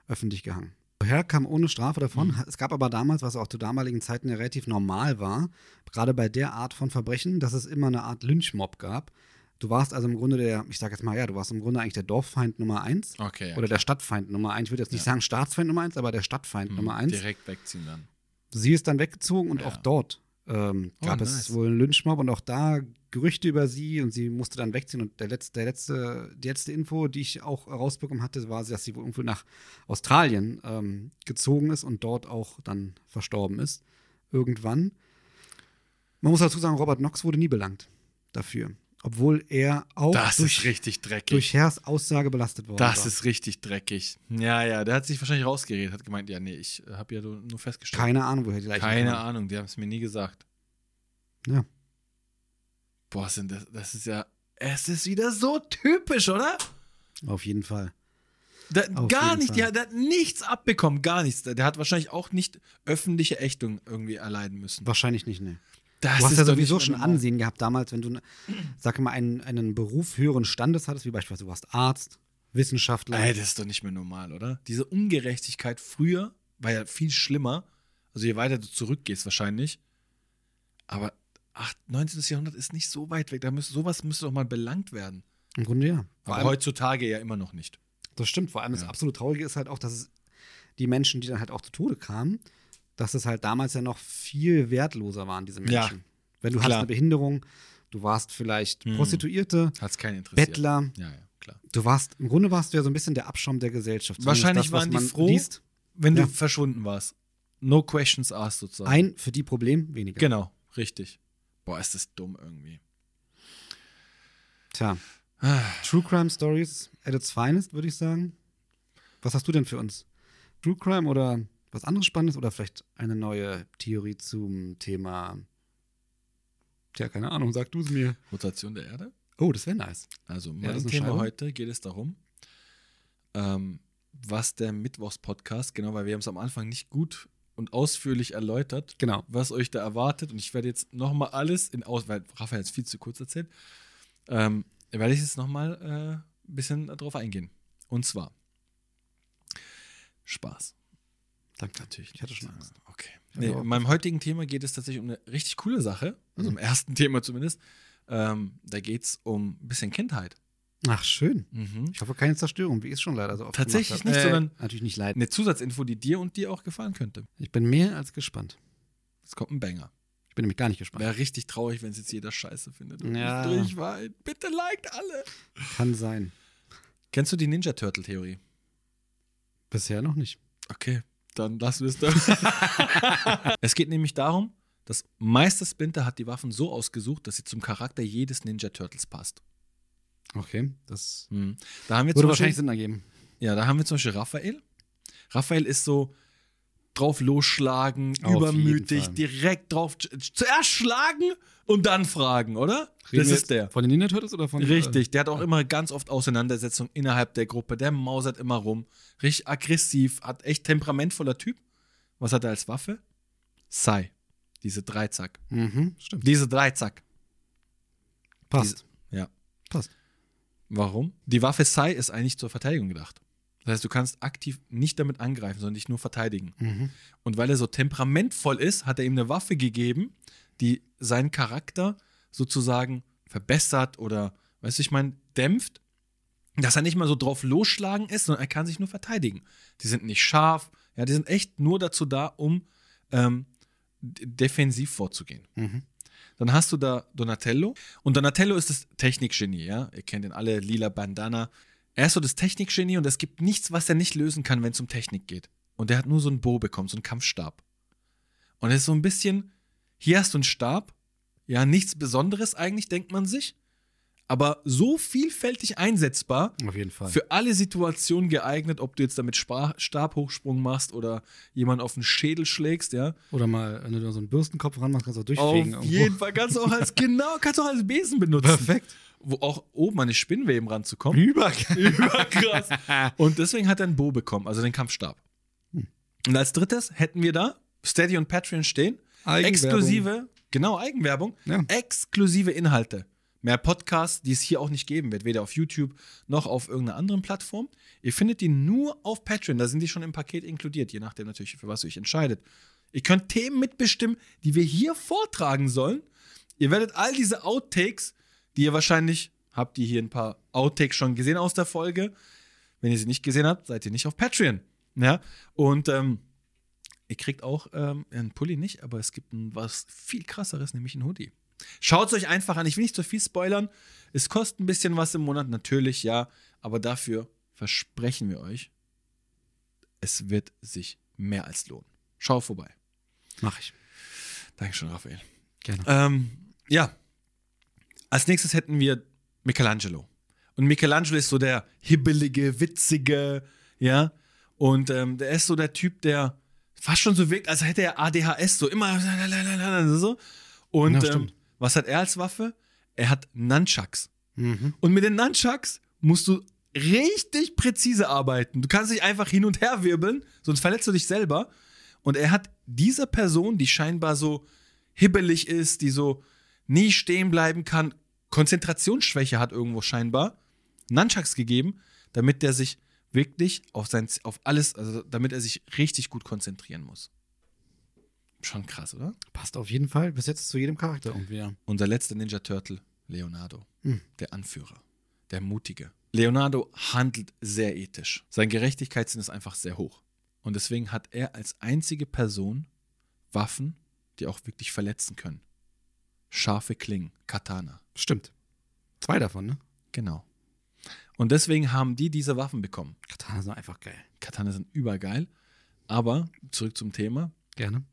Speaker 2: öffentlich gehangen. Hare kam ohne Strafe davon.
Speaker 1: Mhm.
Speaker 2: Es gab aber damals, was auch zu damaligen Zeiten ja relativ normal war, gerade bei der Art von Verbrechen, dass es immer eine Art Lynchmob gab. Du warst also im Grunde der, ich sag jetzt mal, ja, du warst im Grunde eigentlich der Dorffeind Nummer eins
Speaker 1: Okay, ja.
Speaker 2: oder der Stadtfeind Nummer eins. Ich würde jetzt nicht
Speaker 1: Ja.
Speaker 2: sagen Staatsfeind Nummer eins, aber der Stadtfeind
Speaker 1: Hm,
Speaker 2: Nummer eins.
Speaker 1: Direkt wegziehen dann.
Speaker 2: Sie ist dann weggezogen und
Speaker 1: Ja.
Speaker 2: auch dort ähm,
Speaker 1: Oh,
Speaker 2: gab
Speaker 1: nice.
Speaker 2: es wohl einen Lynchmob und auch da Gerüchte über sie und sie musste dann wegziehen. Und der letzte, der letzte, die letzte Info, die ich auch rausbekommen hatte, war, dass sie wohl irgendwo nach Australien ähm, gezogen ist und dort auch dann verstorben ist. Irgendwann. Man muss dazu sagen, Robert Knox wurde nie belangt dafür. Obwohl er auch
Speaker 1: Das ist
Speaker 2: durch,
Speaker 1: richtig dreckig.
Speaker 2: durch Herrs Aussage belastet worden
Speaker 1: das
Speaker 2: war.
Speaker 1: ist richtig dreckig. Ja, ja, der hat sich wahrscheinlich rausgeredet, hat gemeint, ja, nee, ich habe ja nur nur festgestellt.
Speaker 2: Keine Ahnung, woher die Leiche
Speaker 1: Keine
Speaker 2: kam.
Speaker 1: Ahnung, die haben es mir nie gesagt.
Speaker 2: Ja.
Speaker 1: Boah, sind das, das ist ja. Es ist wieder so typisch, oder?
Speaker 2: Auf jeden Fall.
Speaker 1: Da,
Speaker 2: Auf
Speaker 1: gar
Speaker 2: jeden
Speaker 1: nicht, der,
Speaker 2: Fall.
Speaker 1: der hat nichts abbekommen, gar nichts. Der, der hat wahrscheinlich auch nicht öffentliche Ächtung irgendwie erleiden müssen.
Speaker 2: Wahrscheinlich nicht, ne.
Speaker 1: Das
Speaker 2: du hast ja
Speaker 1: doch
Speaker 2: sowieso
Speaker 1: nicht
Speaker 2: schon
Speaker 1: mehr normal.
Speaker 2: Ansehen gehabt damals, wenn du, ne- sag mal, einen, einen Beruf höheren Standes hattest, wie beispielsweise du warst Arzt, Wissenschaftler.
Speaker 1: Ey, das ist doch nicht mehr normal, oder? Diese Ungerechtigkeit früher war ja viel schlimmer. Also je weiter du zurückgehst wahrscheinlich. Aber ach, 19. Jahrhundert ist nicht so weit weg. Da müsste, sowas müsste doch mal belangt werden.
Speaker 2: Im Grunde ja. Vor
Speaker 1: Aber
Speaker 2: allem,
Speaker 1: heutzutage ja immer noch nicht.
Speaker 2: das stimmt. Vor allem das
Speaker 1: Ja.
Speaker 2: absolut Traurige ist halt auch, dass es die Menschen, die dann halt auch zu Tode kamen, dass es halt damals ja noch viel wertloser waren, diese Menschen.
Speaker 1: Ja,
Speaker 2: Wenn du hast
Speaker 1: klar.
Speaker 2: eine Behinderung, du warst vielleicht
Speaker 1: Hm.
Speaker 2: Prostituierte,
Speaker 1: Hat es keinen interessiert.
Speaker 2: Bettler,
Speaker 1: Ja, ja, klar.
Speaker 2: du warst, im Grunde warst du ja so ein bisschen der Abschaum der Gesellschaft. Zumindest
Speaker 1: Wahrscheinlich
Speaker 2: das, was
Speaker 1: waren die
Speaker 2: man
Speaker 1: froh.
Speaker 2: Liest,
Speaker 1: Wenn
Speaker 2: Ja.
Speaker 1: du verschwunden warst. No questions asked sozusagen.
Speaker 2: ein für die Problem weniger.
Speaker 1: Genau, richtig. Boah, ist das dumm irgendwie.
Speaker 2: Tja. True Crime Stories at its finest, würde ich sagen. Was hast du denn für uns? True Crime oder was anderes Spannendes oder vielleicht eine neue Theorie zum Thema? Tja, keine Ahnung, sag du es mir.
Speaker 1: Rotation der Erde?
Speaker 2: Oh, das wäre nice.
Speaker 1: Also
Speaker 2: Ja,
Speaker 1: mein
Speaker 2: das ist eine
Speaker 1: Thema
Speaker 2: Scheibe.
Speaker 1: heute geht es darum, ähm, was der Mittwochspodcast, genau, weil wir haben es am Anfang nicht gut und ausführlich erläutert,
Speaker 2: Genau.
Speaker 1: was euch da erwartet. Und ich werde jetzt nochmal alles in aus, weil Raphael jetzt viel zu kurz erzählt, ähm, werde ich jetzt nochmal äh, ein bisschen drauf eingehen. Und zwar Spaß.
Speaker 2: Danke.
Speaker 1: Natürlich.
Speaker 2: Ich hatte
Speaker 1: nicht.
Speaker 2: schon Angst.
Speaker 1: Okay.
Speaker 2: Ich hatte
Speaker 1: Nee,
Speaker 2: auch
Speaker 1: in meinem heutigen Thema geht es tatsächlich um eine richtig coole Sache, also im ersten *laughs* Thema zumindest. Ähm, da geht es um ein bisschen Kindheit.
Speaker 2: Ach, schön.
Speaker 1: Mhm.
Speaker 2: Ich hoffe, keine Zerstörung, wie ich es schon leider so oft gemacht
Speaker 1: Tatsächlich
Speaker 2: hab.
Speaker 1: nicht,
Speaker 2: äh,
Speaker 1: sondern-
Speaker 2: Natürlich nicht leid.
Speaker 1: Eine Zusatzinfo, die dir und dir auch gefallen könnte.
Speaker 2: Ich bin mehr als gespannt.
Speaker 1: Es kommt ein Banger.
Speaker 2: Ich bin nämlich gar nicht gespannt.
Speaker 1: Wäre richtig traurig, wenn es jetzt jeder scheiße findet. und
Speaker 2: Ja.
Speaker 1: ich Durchwein. Bitte liked alle.
Speaker 2: Kann sein.
Speaker 1: Kennst du die Ninja Turtle Theorie?
Speaker 2: Bisher noch nicht.
Speaker 1: Okay, dann lassen wir es da. *laughs* es geht nämlich darum, dass Meister Splinter hat die Waffen so ausgesucht, dass sie zum Charakter jedes Ninja Turtles passt.
Speaker 2: Okay, das
Speaker 1: Mhm. Da haben wir
Speaker 2: würde
Speaker 1: zum Beispiel-
Speaker 2: wahrscheinlich Sinn ergeben.
Speaker 1: Ja, da haben wir zum Beispiel Raphael. Raphael ist so drauf losschlagen,
Speaker 2: Auf jeden
Speaker 1: übermütig,
Speaker 2: Fall.
Speaker 1: direkt drauf. Zuerst schlagen und dann fragen, oder?
Speaker 2: Reden
Speaker 1: das
Speaker 2: wir
Speaker 1: ist
Speaker 2: jetzt
Speaker 1: der.
Speaker 2: Von den Ninja Turtles oder von äh,
Speaker 1: Richtig, der hat auch immer ganz oft Auseinandersetzungen innerhalb der Gruppe. Der mausert immer rum. Richtig aggressiv, hat echt temperamentvoller Typ. Was hat er als Waffe? Sai. Diese Dreizack.
Speaker 2: Äh, mhm, stimmt.
Speaker 1: Diese Dreizack.
Speaker 2: Passt.
Speaker 1: Ja.
Speaker 2: Passt.
Speaker 1: Warum? Die Waffe Sai ist eigentlich zur Verteidigung gedacht. Das heißt, du kannst aktiv nicht damit angreifen, sondern dich nur verteidigen.
Speaker 2: Mhm.
Speaker 1: Und weil er so temperamentvoll ist, hat er ihm eine Waffe gegeben, die seinen Charakter sozusagen verbessert oder, weißt du, ich meine, dämpft, dass er nicht mal so drauf losschlagen ist, sondern er kann sich nur verteidigen. Die sind nicht scharf, ja, die sind echt nur dazu da, um ähm, d- defensiv vorzugehen.
Speaker 2: Mhm.
Speaker 1: Dann hast du da Donatello. Und Donatello ist das Technikgenie, ja. Ihr kennt ihn alle, lila Bandana. Er ist so das Technikgenie und es gibt nichts, was er nicht lösen kann, wenn es um Technik geht. Und der hat nur so einen Bow bekommen, so einen Kampfstab. Und er ist so ein bisschen, hier hast du einen Stab. Ja, nichts Besonderes eigentlich, denkt man sich. Aber so vielfältig einsetzbar,
Speaker 2: Auf jeden Fall.
Speaker 1: für alle Situationen geeignet, ob du jetzt damit Spa Stabhochsprung machst oder jemanden auf den Schädel schlägst, ja.
Speaker 2: Oder mal, wenn du da so einen Bürstenkopf ranmachst, kannst du auch
Speaker 1: Auf
Speaker 2: durchfegen. irgendwo.
Speaker 1: jeden Fall kannst du auch als genau, kannst du auch als Besen benutzen.
Speaker 2: Perfekt.
Speaker 1: wo auch oben an die Spinnweben ranzukommen. *laughs*
Speaker 2: Übergeil.
Speaker 1: Überkrass. Und deswegen hat er einen Bo bekommen, also den Kampfstab.
Speaker 2: Hm.
Speaker 1: Und als drittes hätten wir da Steady und Patreon stehen.
Speaker 2: Eigenwerbung.
Speaker 1: Exklusive, genau, Eigenwerbung.
Speaker 2: Ja.
Speaker 1: Exklusive Inhalte. Mehr Podcasts, die es hier auch nicht geben wird, weder auf YouTube noch auf irgendeiner anderen Plattform. Ihr findet die nur auf Patreon, da sind die schon im Paket inkludiert, je nachdem natürlich, für was ihr euch entscheidet. Ihr könnt Themen mitbestimmen, die wir hier vortragen sollen. Ihr werdet all diese Outtakes, die ihr wahrscheinlich, habt ihr hier ein paar Outtakes schon gesehen aus der Folge. Wenn ihr sie nicht gesehen habt, seid ihr nicht auf Patreon. Ja? Und ähm, ihr kriegt auch ähm, einen Pulli nicht, aber es gibt ein, was viel krasseres, nämlich ein Hoodie. Schaut es euch einfach an. Ich will nicht zu viel spoilern. Es kostet ein bisschen was im Monat, natürlich, ja. Aber dafür versprechen wir euch, es wird sich mehr als lohnen. Schau vorbei.
Speaker 2: Mach ich.
Speaker 1: Dankeschön, Raphael.
Speaker 2: Gerne.
Speaker 1: Ähm, ja. Als nächstes hätten wir Michelangelo. Und Michelangelo ist so der hibbelige, witzige, ja. Und ähm, der ist so der Typ, der fast schon so wirkt, als hätte er ADHS, so immer so. Und
Speaker 2: Ja, stimmt.
Speaker 1: ähm, was hat er als Waffe? Er hat Nunchucks.
Speaker 2: Mhm.
Speaker 1: Und mit den Nunchucks musst du richtig präzise arbeiten. Du kannst nicht einfach hin und her wirbeln, sonst verletzt du dich selber. Und er hat dieser Person, die scheinbar so hibbelig ist, die so nie stehen bleiben kann, Konzentrationsschwäche hat irgendwo scheinbar, Nunchucks gegeben, damit der sich wirklich auf sein, auf alles, also damit er sich richtig gut konzentrieren muss. Schon krass, oder?
Speaker 2: Passt auf jeden Fall bis jetzt zu jedem Charakter irgendwie. ja.
Speaker 1: Unser letzter Ninja Turtle, Leonardo,
Speaker 2: Hm.
Speaker 1: der Anführer, der Mutige. Leonardo handelt sehr ethisch. Sein Gerechtigkeitssinn ist einfach sehr hoch. Und deswegen hat er als einzige Person Waffen, die auch wirklich verletzen können. Scharfe Klingen, Katana.
Speaker 2: Stimmt. Zwei davon, ne?
Speaker 1: Genau. Und deswegen haben die diese Waffen bekommen.
Speaker 2: Katana sind einfach geil.
Speaker 1: Katana sind übergeil. Aber zurück zum Thema.
Speaker 2: Gerne.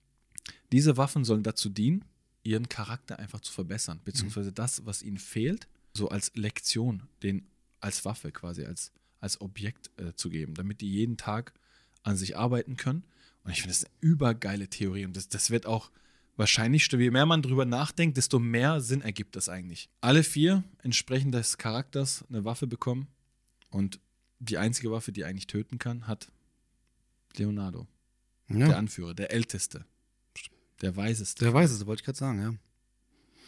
Speaker 1: Diese Waffen sollen dazu dienen, ihren Charakter einfach zu verbessern, beziehungsweise das, was ihnen fehlt, so als Lektion, den als Waffe quasi, als, als Objekt äh, zu geben, damit die jeden Tag an sich arbeiten können. Und ich finde das ist eine übergeile Theorie und das, das wird auch wahrscheinlich, je mehr man drüber nachdenkt, desto mehr Sinn ergibt das eigentlich. Alle vier entsprechend des Charakters eine Waffe bekommen und die einzige Waffe, die eigentlich töten kann, hat Leonardo, der
Speaker 2: Ja.
Speaker 1: Anführer, der Älteste, der Weiseste.
Speaker 2: Der weiß es, wollte ich gerade sagen, ja.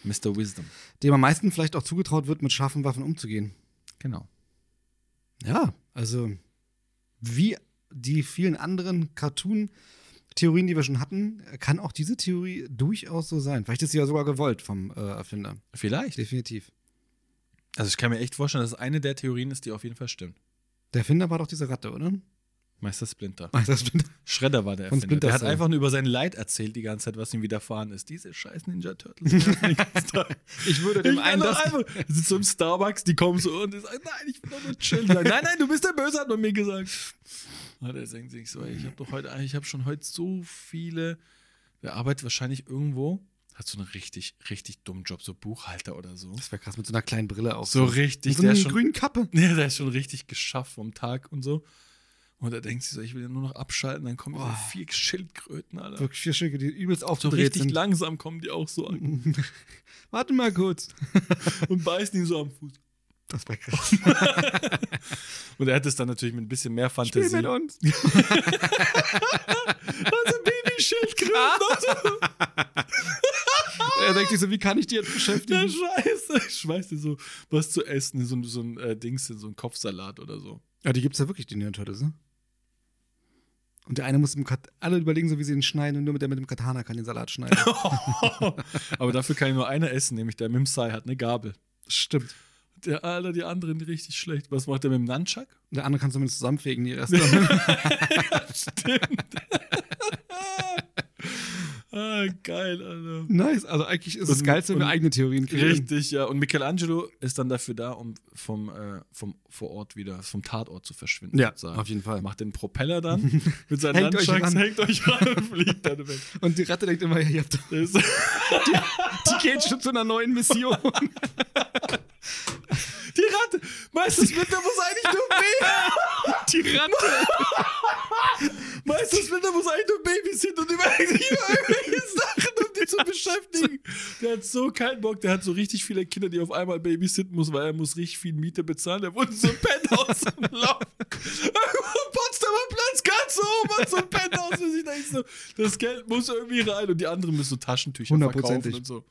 Speaker 1: Mr. Wisdom.
Speaker 2: Dem am meisten vielleicht auch zugetraut wird, mit scharfen Waffen umzugehen.
Speaker 1: Genau.
Speaker 2: Ja, also wie die vielen anderen Cartoon-Theorien, die wir schon hatten, kann auch diese Theorie durchaus so sein. Vielleicht ist sie ja sogar gewollt vom äh, Erfinder.
Speaker 1: Vielleicht.
Speaker 2: Definitiv.
Speaker 1: Also ich kann mir echt vorstellen, dass es eine der Theorien ist, die auf jeden Fall stimmt.
Speaker 2: Der Erfinder war doch diese
Speaker 1: *laughs*
Speaker 2: Ratte, oder?
Speaker 1: Meister Splinter.
Speaker 2: Weiß das stimmt.
Speaker 1: Shredder war der
Speaker 2: Von
Speaker 1: Erfinder.
Speaker 2: Splinter
Speaker 1: Der hat
Speaker 2: Cell.
Speaker 1: einfach nur über sein Leid erzählt die ganze Zeit, was ihm widerfahren ist. Diese scheiß Ninja *laughs* Turtles. ich
Speaker 2: Ich würde dem einen
Speaker 1: das
Speaker 2: das.
Speaker 1: einfach, sitzt so im Starbucks, die kommen so und die sagen, nein, ich will doch nur *laughs* chillen. Sagen, nein, nein, du bist der Böse, hat man mir gesagt. Und er denkt sich so, ey, ich habe doch heute, ich habe schon heute so viele, der arbeitet wahrscheinlich irgendwo, hat so einen richtig, richtig dummen Job, so Buchhalter oder so.
Speaker 2: Das wäre krass, mit so einer kleinen Brille auf.
Speaker 1: So
Speaker 2: Mit
Speaker 1: richtig,
Speaker 2: so
Speaker 1: der
Speaker 2: einer
Speaker 1: ist schon
Speaker 2: grünen Kappe.
Speaker 1: *laughs* Ja, der ist schon richtig geschafft vom Tag und so. Und er denkt sich so, ich will ja nur noch abschalten, dann kommen diese
Speaker 2: Oh.
Speaker 1: vier Schildkröten, Alter.
Speaker 2: Wirklich vier Schicke, die übelst
Speaker 1: So
Speaker 2: aufgedreht
Speaker 1: richtig
Speaker 2: sind.
Speaker 1: langsam kommen die auch so *laughs* an
Speaker 2: *laughs* Warte mal kurz.
Speaker 1: und beißen ihn so am Fuß.
Speaker 2: Das wäre *laughs* krass.
Speaker 1: Und er hätte es dann natürlich mit ein bisschen mehr Fantasie.
Speaker 2: Spiel mit uns.
Speaker 1: Also *laughs* Babyschildkröten.
Speaker 2: Er denkt sich so, wie kann ich die jetzt
Speaker 1: der
Speaker 2: beschäftigen?
Speaker 1: Scheiße. Schmeißt dir so was zu essen, in so, ein- so ein äh, Dings, in so ein Kopfsalat oder so.
Speaker 2: Ja, die gibt's ja wirklich, die Ninja Turtles, ne? Und der eine muss im Kat alle überlegen, so wie sie ihn schneiden und nur mit der mit dem Katana kann den Salat
Speaker 1: *laughs*
Speaker 2: schneiden.
Speaker 1: Aber dafür kann nur einer essen, nämlich der Mimsai hat eine Gabel.
Speaker 2: Stimmt.
Speaker 1: Der Alter, die anderen richtig schlecht. Was macht der mit dem Nunchuck?
Speaker 2: Und der andere kann zumindest zusammenfegen, die Reste.
Speaker 1: *laughs* Stimmt. ah, geil, Alter.
Speaker 2: nice, also eigentlich ist das
Speaker 1: Und-
Speaker 2: Geilste, wenn wir
Speaker 1: und-
Speaker 2: eigene Theorien kriegen.
Speaker 1: Richtig, ja. Und Michelangelo ist dann dafür da, um vom, äh, vom vor Ort wieder, vom Tatort zu verschwinden.
Speaker 2: Ja,
Speaker 1: sozusagen.
Speaker 2: auf jeden Fall.
Speaker 1: Macht den Propeller
Speaker 2: *laughs*
Speaker 1: dann mit seinen
Speaker 2: Hängt euch
Speaker 1: Nunchucks,
Speaker 2: ran.
Speaker 1: hängt euch ran und fliegt dann
Speaker 2: *laughs*
Speaker 1: weg.
Speaker 2: Und die Ratte denkt immer, ja, ihr habt doch-
Speaker 1: Das-
Speaker 2: *laughs* die geht schon zu einer neuen *laughs* Mission.
Speaker 1: Die Ratte! Meister Splinter muss eigentlich nur Baby. Die Ratte! Meister *laughs* Splinter muss eigentlich nur Babys hin und überlegt sich nur irgendwelche Sachen, um die zu beschäftigen. Der hat so keinen Bock. Der hat so richtig viele Kinder, die auf einmal babysitten muss, weil er muss richtig viel Miete bezahlen. Er wohnt in so einem Penthouse im Lauf. Potsdamer Platz ganz oben an so einem Penthouse. Und ich denke so, das Geld muss irgendwie rein. Und die anderen müssen so Taschentücher verkaufen
Speaker 2: Hundertprozentig.
Speaker 1: und so.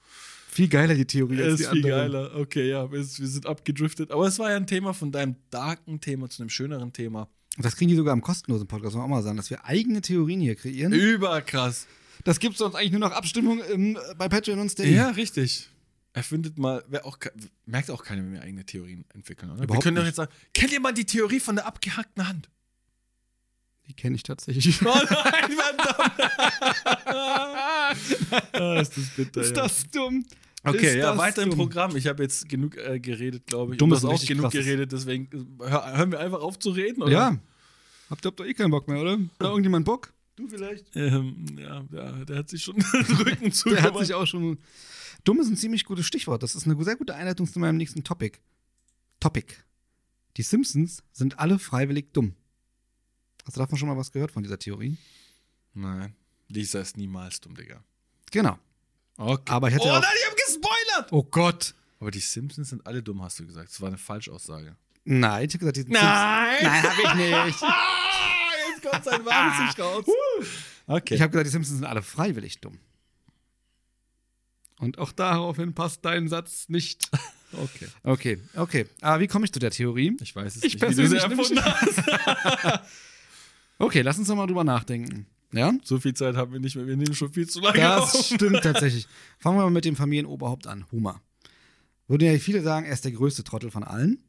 Speaker 2: Viel geiler die Theorie
Speaker 1: Ja,
Speaker 2: als
Speaker 1: ist
Speaker 2: die
Speaker 1: viel
Speaker 2: andere.
Speaker 1: geiler. Okay, ja, wir, wir sind abgedriftet. Aber es war ja ein Thema von deinem darken Thema zu einem schöneren Thema.
Speaker 2: Das kriegen die sogar im kostenlosen Podcast, muss man auch mal sagen, dass wir eigene Theorien hier kreieren.
Speaker 1: Überkrass.
Speaker 2: Äh. Das gibt sonst eigentlich nur noch Abstimmung im, äh, bei Patreon und Steady.
Speaker 1: Ja, richtig. Er findet mal, wer auch, ke- merkt auch keiner, wenn wir eigene Theorien entwickeln, oder? wir
Speaker 2: Überhaupt
Speaker 1: können doch
Speaker 2: nicht.
Speaker 1: jetzt sagen, kennt ihr mal die Theorie von der abgehackten Hand? *laughs*
Speaker 2: Die kenne ich *laughs* tatsächlich.
Speaker 1: Oh nein, verdammt! *laughs* ah, ist das bitter.
Speaker 2: Ist
Speaker 1: ja.
Speaker 2: das dumm?
Speaker 1: Okay,
Speaker 2: Ist
Speaker 1: ja,
Speaker 2: das
Speaker 1: weiter im
Speaker 2: dumm?
Speaker 1: Programm. Ich habe jetzt genug äh, geredet, glaube ich.
Speaker 2: Dummes
Speaker 1: Du hast
Speaker 2: und
Speaker 1: auch
Speaker 2: richtig
Speaker 1: genug
Speaker 2: krasses.
Speaker 1: geredet, deswegen äh, hör, hören wir einfach auf zu reden, oder?
Speaker 2: Ja. Habt ihr habt doch eh keinen Bock mehr, oder? Hat irgendjemand Bock?
Speaker 1: Du vielleicht? Ähm, ja, der, der hat sich schon *laughs* den Rücken
Speaker 2: Der hat
Speaker 1: zugemacht.
Speaker 2: sich auch schon. Dumm ist ein ziemlich gutes Stichwort. Das ist eine sehr gute Einleitung zu meinem nächsten Topic. Topic. Die Simpsons sind alle freiwillig dumm. Hast du davon schon mal was gehört von dieser Theorie?
Speaker 1: Nein, Lisa ist niemals dumm, Digga.
Speaker 2: Genau.
Speaker 1: Okay.
Speaker 2: Aber ich hatte
Speaker 1: oh
Speaker 2: ja auch-
Speaker 1: nein, ich habe gespoilert!
Speaker 2: Oh Gott.
Speaker 1: Aber die Simpsons sind alle dumm, hast du gesagt. Das war eine Falschaussage.
Speaker 2: Nein, ich hab gesagt, die sind
Speaker 1: Nein!
Speaker 2: Nein, hab ich *laughs* nicht.
Speaker 1: jetzt kommt sein
Speaker 2: wahres Ich raus.
Speaker 1: Ah, Okay.
Speaker 2: Ich habe gesagt, die Simpsons sind alle freiwillig dumm. Und auch daraufhin passt dein Satz nicht.
Speaker 1: okay.
Speaker 2: Okay, okay. Aber wie komme ich zu der Theorie?
Speaker 1: Ich weiß es
Speaker 2: Ich
Speaker 1: nicht, wie du sie
Speaker 2: persönlich
Speaker 1: erfunden hast.
Speaker 2: Okay, lass uns doch mal drüber nachdenken. Ja?
Speaker 1: So viel Zeit haben wir nicht mehr. Wir nehmen schon viel zu lange
Speaker 2: Das
Speaker 1: auf.
Speaker 2: stimmt tatsächlich. Fangen wir mal mit dem Familienoberhaupt an, Homer. Würden ja viele sagen, er ist der größte Trottel von allen.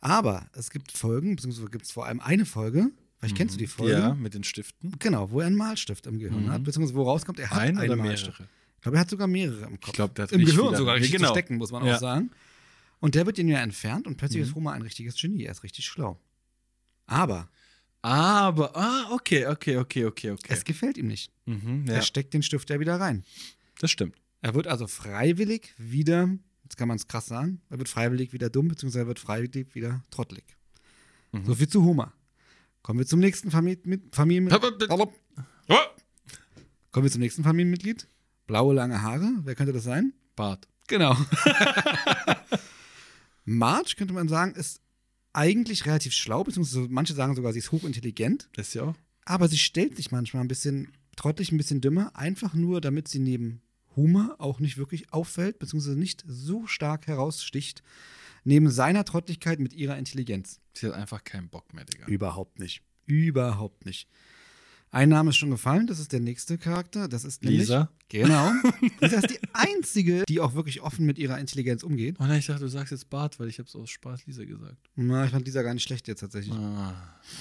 Speaker 2: Aber es gibt Folgen, beziehungsweise gibt es vor allem eine Folge, vielleicht kennst du die Folge,
Speaker 1: Mhm. Ja, mit den Stiften.
Speaker 2: genau, wo er einen Malstift im Gehirn hat, beziehungsweise wo rauskommt, er hat
Speaker 1: Ein
Speaker 2: einen
Speaker 1: oder
Speaker 2: Malstift.
Speaker 1: mehrere?
Speaker 2: Ich glaube, er hat sogar mehrere im Kopf.
Speaker 1: Ich glaube, der hat
Speaker 2: Im
Speaker 1: richtig
Speaker 2: Gehirn
Speaker 1: viele.
Speaker 2: sogar
Speaker 1: Ja,
Speaker 2: richtig
Speaker 1: genau.
Speaker 2: zu stecken, muss man
Speaker 1: Ja. Mhm.
Speaker 2: auch sagen. Und der wird ihn ja entfernt und plötzlich ist Homer ein richtiges Genie, er ist richtig schlau. Aber
Speaker 1: Aber, ah, okay, okay, okay, okay, okay.
Speaker 2: es gefällt ihm nicht.
Speaker 1: mhm, ja,
Speaker 2: Er steckt den Stift ja wieder rein.
Speaker 1: das stimmt.
Speaker 2: Er wird also freiwillig wieder, jetzt kann man es krass sagen, er wird freiwillig wieder dumm, beziehungsweise er wird freiwillig wieder trottelig. So viel zu Homer. Kommen wir zum nächsten Famili mit Familien Oh! Kommen wir zum nächsten Familienmitglied. Blaue lange Haare, wer könnte das sein?
Speaker 1: Bart.
Speaker 2: Genau. *laughs* Marge, könnte man sagen, ist eigentlich relativ schlau, beziehungsweise manche sagen sogar, sie ist hochintelligent,
Speaker 1: Das ist ja auch.
Speaker 2: aber sie stellt sich manchmal ein bisschen trottelig, ein bisschen dümmer, einfach nur, damit sie neben Homer auch nicht wirklich auffällt, beziehungsweise nicht so stark heraussticht, neben seiner Trotteligkeit mit ihrer Intelligenz.
Speaker 1: Sie hat einfach keinen Bock mehr, Digga.
Speaker 2: Überhaupt nicht. Überhaupt nicht. Ein Name ist schon gefallen, das ist der nächste Charakter, das ist nämlich-
Speaker 1: Lisa?
Speaker 2: *laughs* Genau. Lisa ist die einzige, die auch wirklich offen mit ihrer Intelligenz umgeht.
Speaker 1: Oh nein, ich dachte, du sagst jetzt Bart, weil ich hab's aus Spaß Lisa gesagt.
Speaker 2: Na, ich fand Lisa gar nicht schlecht jetzt tatsächlich.
Speaker 1: Ah,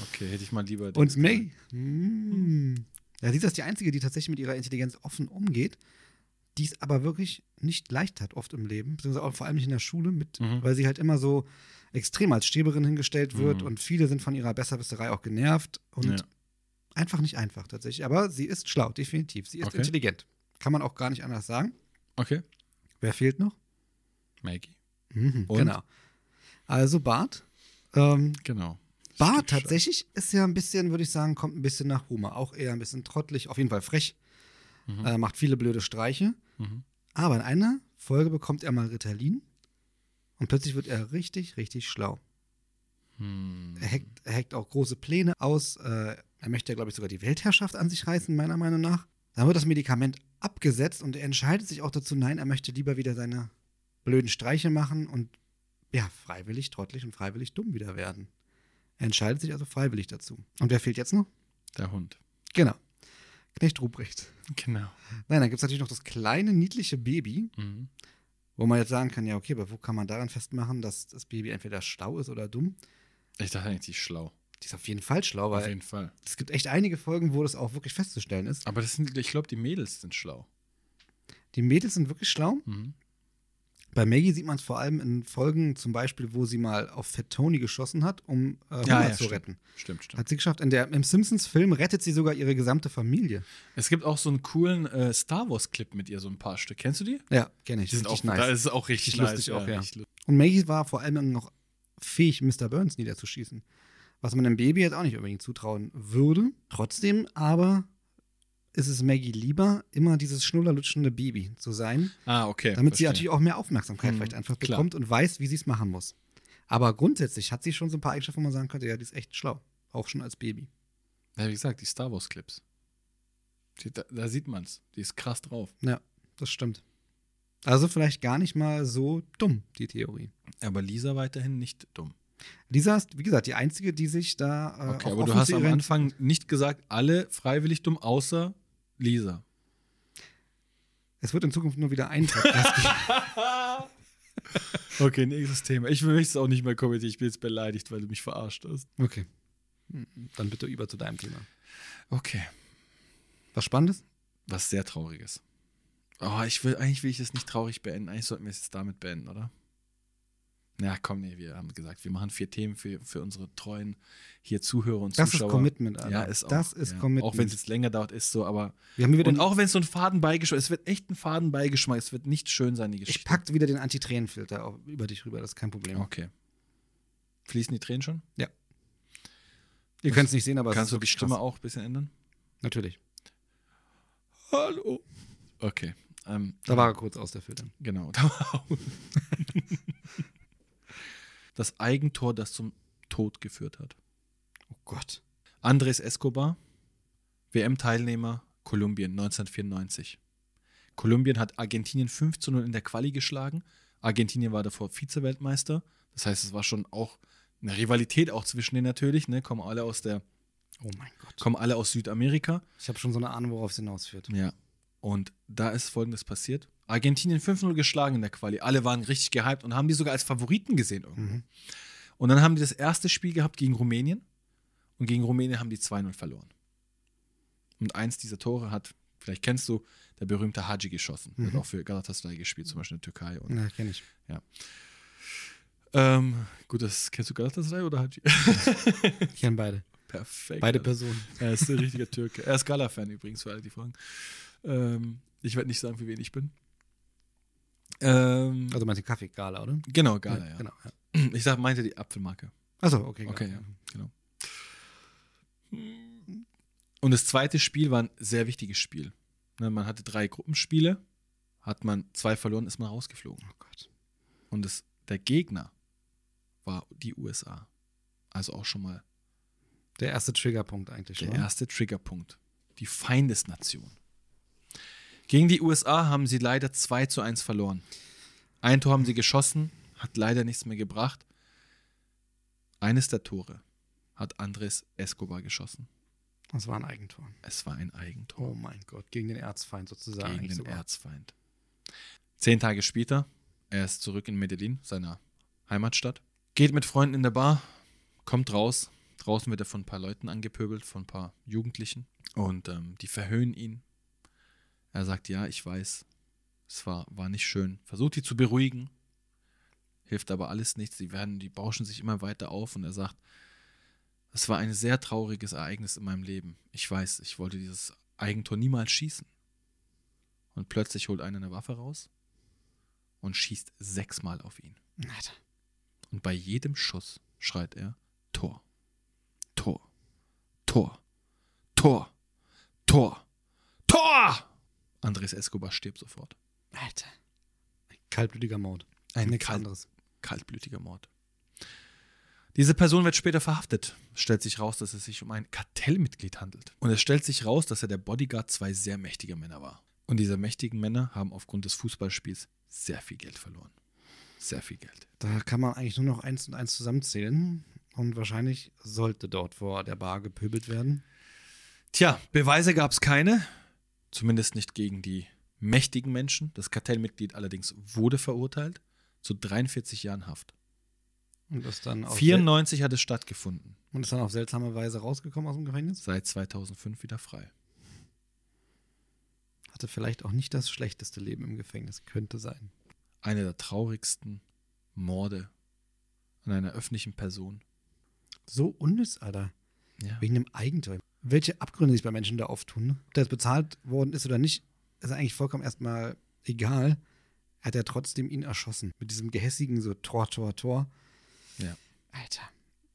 Speaker 1: okay, hätte ich mal lieber.
Speaker 2: Und May. Mm. Ja, Lisa ist die Einzige, die tatsächlich mit ihrer Intelligenz offen umgeht, die es aber wirklich nicht leicht hat oft im Leben, beziehungsweise auch vor allem nicht in der Schule, mit,
Speaker 1: Mhm.
Speaker 2: weil sie halt immer so extrem als Streberin hingestellt wird
Speaker 1: Mhm.
Speaker 2: und viele sind von ihrer Besserwisserei auch genervt und
Speaker 1: Ja.
Speaker 2: einfach nicht einfach tatsächlich. Aber sie ist schlau, definitiv. Sie ist
Speaker 1: Okay.
Speaker 2: intelligent. Kann man auch gar nicht anders sagen.
Speaker 1: Okay.
Speaker 2: Wer fehlt noch?
Speaker 1: Maggie.
Speaker 2: Mhm,
Speaker 1: Und?
Speaker 2: Genau. Also Bart. Ähm,
Speaker 1: Genau.
Speaker 2: Bart tatsächlich ist ja ein bisschen, würde ich sagen, kommt ein bisschen nach Homer. Auch eher ein bisschen trottelig, auf jeden Fall frech.
Speaker 1: Mhm.
Speaker 2: Äh, macht viele blöde Streiche.
Speaker 1: Mhm.
Speaker 2: Aber in einer Folge bekommt er mal Ritalin. Und plötzlich wird er richtig, richtig schlau.
Speaker 1: Hm.
Speaker 2: Er hackt, er hackt auch große Pläne aus. Äh, er möchte ja, glaube ich, sogar die Weltherrschaft an sich reißen, meiner Meinung nach. Dann wird das Medikament abgesetzt und er entscheidet sich auch dazu, nein, er möchte lieber wieder seine blöden Streiche machen und ja, freiwillig, trottelig und freiwillig dumm wieder werden. Er entscheidet sich also freiwillig dazu. Und wer fehlt jetzt noch?
Speaker 1: Der Hund.
Speaker 2: Genau. Knecht Ruprecht.
Speaker 1: Genau.
Speaker 2: Nein, dann gibt es natürlich noch das kleine, niedliche Baby,
Speaker 1: Mhm.
Speaker 2: wo man jetzt sagen kann, ja, okay, aber wo kann man daran festmachen, dass das Baby entweder schlau ist oder dumm?
Speaker 1: Ich dachte eigentlich, die ist schlau.
Speaker 2: Die ist auf jeden Fall schlau,
Speaker 1: Auf
Speaker 2: weil
Speaker 1: jeden Fall.
Speaker 2: es gibt echt einige Folgen, wo das auch wirklich festzustellen ist.
Speaker 1: Aber das sind, ich glaube, die Mädels sind schlau.
Speaker 2: Die Mädels sind wirklich schlau.
Speaker 1: Mhm.
Speaker 2: Bei Maggie sieht man es vor allem in Folgen, zum Beispiel, wo sie mal auf Fat Tony geschossen hat, um äh, Homer zu
Speaker 1: stimmt.
Speaker 2: retten.
Speaker 1: Stimmt, stimmt.
Speaker 2: Hat sie geschafft. In der, Im Simpsons-Film rettet sie sogar ihre gesamte Familie.
Speaker 1: Es gibt auch so einen coolen äh, Star Wars-Clip mit ihr, so ein paar Stück. Kennst du die?
Speaker 2: Ja, kenne ich. Richtig
Speaker 1: Da ist es auch richtig,
Speaker 2: Richtig
Speaker 1: nice.
Speaker 2: lustig auch, ja.
Speaker 1: richtig lu-
Speaker 2: Und Maggie war vor allem noch fähig, Mr. Burns niederzuschießen. Was man einem Baby jetzt auch nicht unbedingt zutrauen würde. Trotzdem aber ist es Maggie lieber, immer dieses schnullerlutschende Baby zu sein,
Speaker 1: Ah, okay.
Speaker 2: damit sie
Speaker 1: verstehe. Hm,
Speaker 2: natürlich auch mehr Aufmerksamkeit vielleicht einfach
Speaker 1: klar.
Speaker 2: bekommt und weiß, wie sie es machen muss. Aber grundsätzlich hat sie schon so ein paar Eigenschaften, wo man sagen könnte, ja, die ist echt schlau. Auch schon als Baby.
Speaker 1: Ja, wie gesagt, die Star Wars Clips. Die, da, da sieht man's. Die ist krass drauf.
Speaker 2: Ja, das stimmt. Also vielleicht gar nicht mal so dumm, die Theorie.
Speaker 1: Aber Lisa weiterhin nicht dumm.
Speaker 2: Lisa ist, wie gesagt, die Einzige, die sich da äh,
Speaker 1: Okay,
Speaker 2: auch
Speaker 1: aber du
Speaker 2: offen
Speaker 1: hast
Speaker 2: zu
Speaker 1: am
Speaker 2: ihren-
Speaker 1: Anfang nicht gesagt, alle freiwillig dumm, außer Lisa.
Speaker 2: Es wird in Zukunft nur
Speaker 1: *laughs*
Speaker 2: wieder ein Podcast geben.
Speaker 1: Okay, nächstes Thema. Ich will es auch nicht mehr kommentieren. Ich bin jetzt beleidigt, weil du mich verarscht hast.
Speaker 2: Okay.
Speaker 1: Hm,
Speaker 2: Dann bitte über zu deinem Thema.
Speaker 1: Okay.
Speaker 2: Was Spannendes?
Speaker 1: Was sehr Trauriges. Oh, ich will, eigentlich will ich das nicht traurig beenden. Eigentlich sollten wir es jetzt damit beenden, oder? Na komm, nee, wir haben gesagt, wir machen vier Themen für, für unsere treuen hier Zuhörer und
Speaker 2: Das ist
Speaker 1: Zuschauer.
Speaker 2: Commitment, Alter.
Speaker 1: Ja, ist auch.
Speaker 2: Das ist
Speaker 1: ja.
Speaker 2: Commitment.
Speaker 1: Auch wenn es jetzt länger dauert, ist so, aber.
Speaker 2: Wir haben hier wieder
Speaker 1: Und
Speaker 2: den,
Speaker 1: auch wenn es so ein Fadenbeigeschmack ist, es wird echt ein Fadenbeigeschmack. Es wird nicht schön sein, die
Speaker 2: ich
Speaker 1: Geschichte.
Speaker 2: packe wieder den Antitränenfilter auf- über dich rüber, das ist kein Problem.
Speaker 1: okay. Fließen die Tränen schon?
Speaker 2: Ihr könnt es nicht sehen, aber es
Speaker 1: Kannst
Speaker 2: ist
Speaker 1: du die
Speaker 2: wirklich
Speaker 1: Stimme
Speaker 2: krass.
Speaker 1: auch ein bisschen ändern?
Speaker 2: Natürlich.
Speaker 1: Hallo. Okay. Ähm,
Speaker 2: Da war er kurz aus der Filter.
Speaker 1: Genau. da war auch- das Eigentor, das zum Tod geführt hat.
Speaker 2: Oh Gott.
Speaker 1: Andres Escobar, WM-Teilnehmer Kolumbien 1994. Kolumbien hat Argentinien 5 zu 0 in der Quali geschlagen. Argentinien war davor Vize-Weltmeister. Das heißt, es war schon auch eine Rivalität auch zwischen denen natürlich. Ne? Kommen alle aus der,
Speaker 2: Oh mein Gott.
Speaker 1: kommen alle aus Südamerika.
Speaker 2: Ich habe schon so eine Ahnung, worauf es hinausführt.
Speaker 1: Ja. Und da ist folgendes passiert. Argentinien 5-0 geschlagen in der Quali. Alle waren richtig gehypt und haben die sogar als Favoriten gesehen irgendwo.
Speaker 2: Mhm.
Speaker 1: Und dann haben die das erste Spiel gehabt gegen Rumänien. Und gegen Rumänien haben die 2-0 verloren. Und eins dieser Tore hat, vielleicht kennst du, der berühmte Haji geschossen. Der
Speaker 2: Mhm.
Speaker 1: hat auch für Galatasaray gespielt, zum Beispiel in der Türkei. Und,
Speaker 2: Ja, kenne ich.
Speaker 1: ähm, gut, das kennst du Galatasaray oder Haji?
Speaker 2: *laughs* Ich kenne beide.
Speaker 1: *laughs* Perfekt.
Speaker 2: Beide
Speaker 1: Alter.
Speaker 2: Personen.
Speaker 1: Er ist ein richtiger Türke. Er ist Gala-Fan übrigens, für alle, die fragen. Ähm, ich werde nicht sagen, für wen ich bin. Ähm,
Speaker 2: Also meinst du Kaffeegala, oder?
Speaker 1: genau, Gala, ja.
Speaker 2: Genau. Ja.
Speaker 1: Ich sag, meinte die Apfelmarke.
Speaker 2: Achso, okay.
Speaker 1: Okay,
Speaker 2: Gala.
Speaker 1: ja, genau. Und das zweite Spiel war ein sehr wichtiges Spiel. Ne, Man hatte drei Gruppenspiele, hat man zwei verloren, ist man rausgeflogen.
Speaker 2: Oh Gott.
Speaker 1: Und das, der Gegner war die USA. Also auch schon mal
Speaker 2: Der erste Triggerpunkt eigentlich.
Speaker 1: der
Speaker 2: oder?
Speaker 1: erste Triggerpunkt. Die Feindesnation. Gegen die USA haben sie leider 2 zu 1 verloren. Ein Tor haben sie geschossen, hat leider nichts mehr gebracht. Eines der Tore hat Andres Escobar geschossen.
Speaker 2: Das war ein Eigentor.
Speaker 1: Es war ein Eigentor
Speaker 2: Oh mein Gott. Gegen den Erzfeind sozusagen.
Speaker 1: gegen
Speaker 2: eigentlich
Speaker 1: den
Speaker 2: sogar.
Speaker 1: Erzfeind. Zehn Tage später, er ist zurück in Medellin, seiner Heimatstadt, geht mit Freunden in der Bar, kommt raus. Draußen wird er von ein paar Leuten angepöbelt, von ein paar Jugendlichen. Und ähm, die verhöhnen ihn. Er sagt, ja, ich weiß, es war, war nicht schön. Versucht die zu beruhigen, hilft aber alles nichts. Die werden, die bauschen sich immer weiter auf und er sagt, es war ein sehr trauriges Ereignis in meinem Leben. Ich weiß, ich wollte dieses Eigentor niemals schießen. Und plötzlich holt einer eine Waffe raus und schießt sechsmal auf ihn.
Speaker 2: Alter.
Speaker 1: Und bei jedem Schuss schreit er Tor, Tor, Tor, Tor, Tor, Tor! Andres Escobar stirbt sofort.
Speaker 2: Alter. Ein kaltblütiger Mord.
Speaker 1: Ein
Speaker 2: Nichts
Speaker 1: kal-
Speaker 2: anderes.
Speaker 1: kaltblütiger Mord. Diese Person wird später verhaftet. Es stellt sich raus, dass es sich um ein Kartellmitglied handelt. Und es stellt sich raus, dass er der Bodyguard zwei sehr mächtiger Männer war. Und diese mächtigen Männer haben aufgrund des Fußballspiels sehr viel Geld verloren. Sehr viel Geld.
Speaker 2: Da kann man eigentlich nur noch eins und eins zusammenzählen. Und wahrscheinlich sollte dort vor der Bar gepöbelt werden.
Speaker 1: Tja, Beweise gab es keine. Zumindest nicht gegen die mächtigen Menschen. Das Kartellmitglied allerdings wurde verurteilt zu 43 Jahren Haft.
Speaker 2: Und ist dann auf, sel
Speaker 1: 94 hat es stattgefunden.
Speaker 2: und ist dann auf seltsame Weise rausgekommen aus dem Gefängnis.
Speaker 1: Seit 2005 wieder frei.
Speaker 2: Hatte vielleicht auch nicht das schlechteste Leben im Gefängnis. Könnte sein.
Speaker 1: einer der traurigsten Morde an einer öffentlichen Person.
Speaker 2: So unnütz, Alter.
Speaker 1: Ja.
Speaker 2: Wegen dem Eigentor. Welche Abgründe sich bei Menschen da auftun, ne? ob das bezahlt worden ist oder nicht, ist eigentlich vollkommen erstmal egal. Hat er trotzdem ihn erschossen. Mit diesem gehässigen so Tor, Tor, Tor.
Speaker 1: Ja.
Speaker 2: Alter.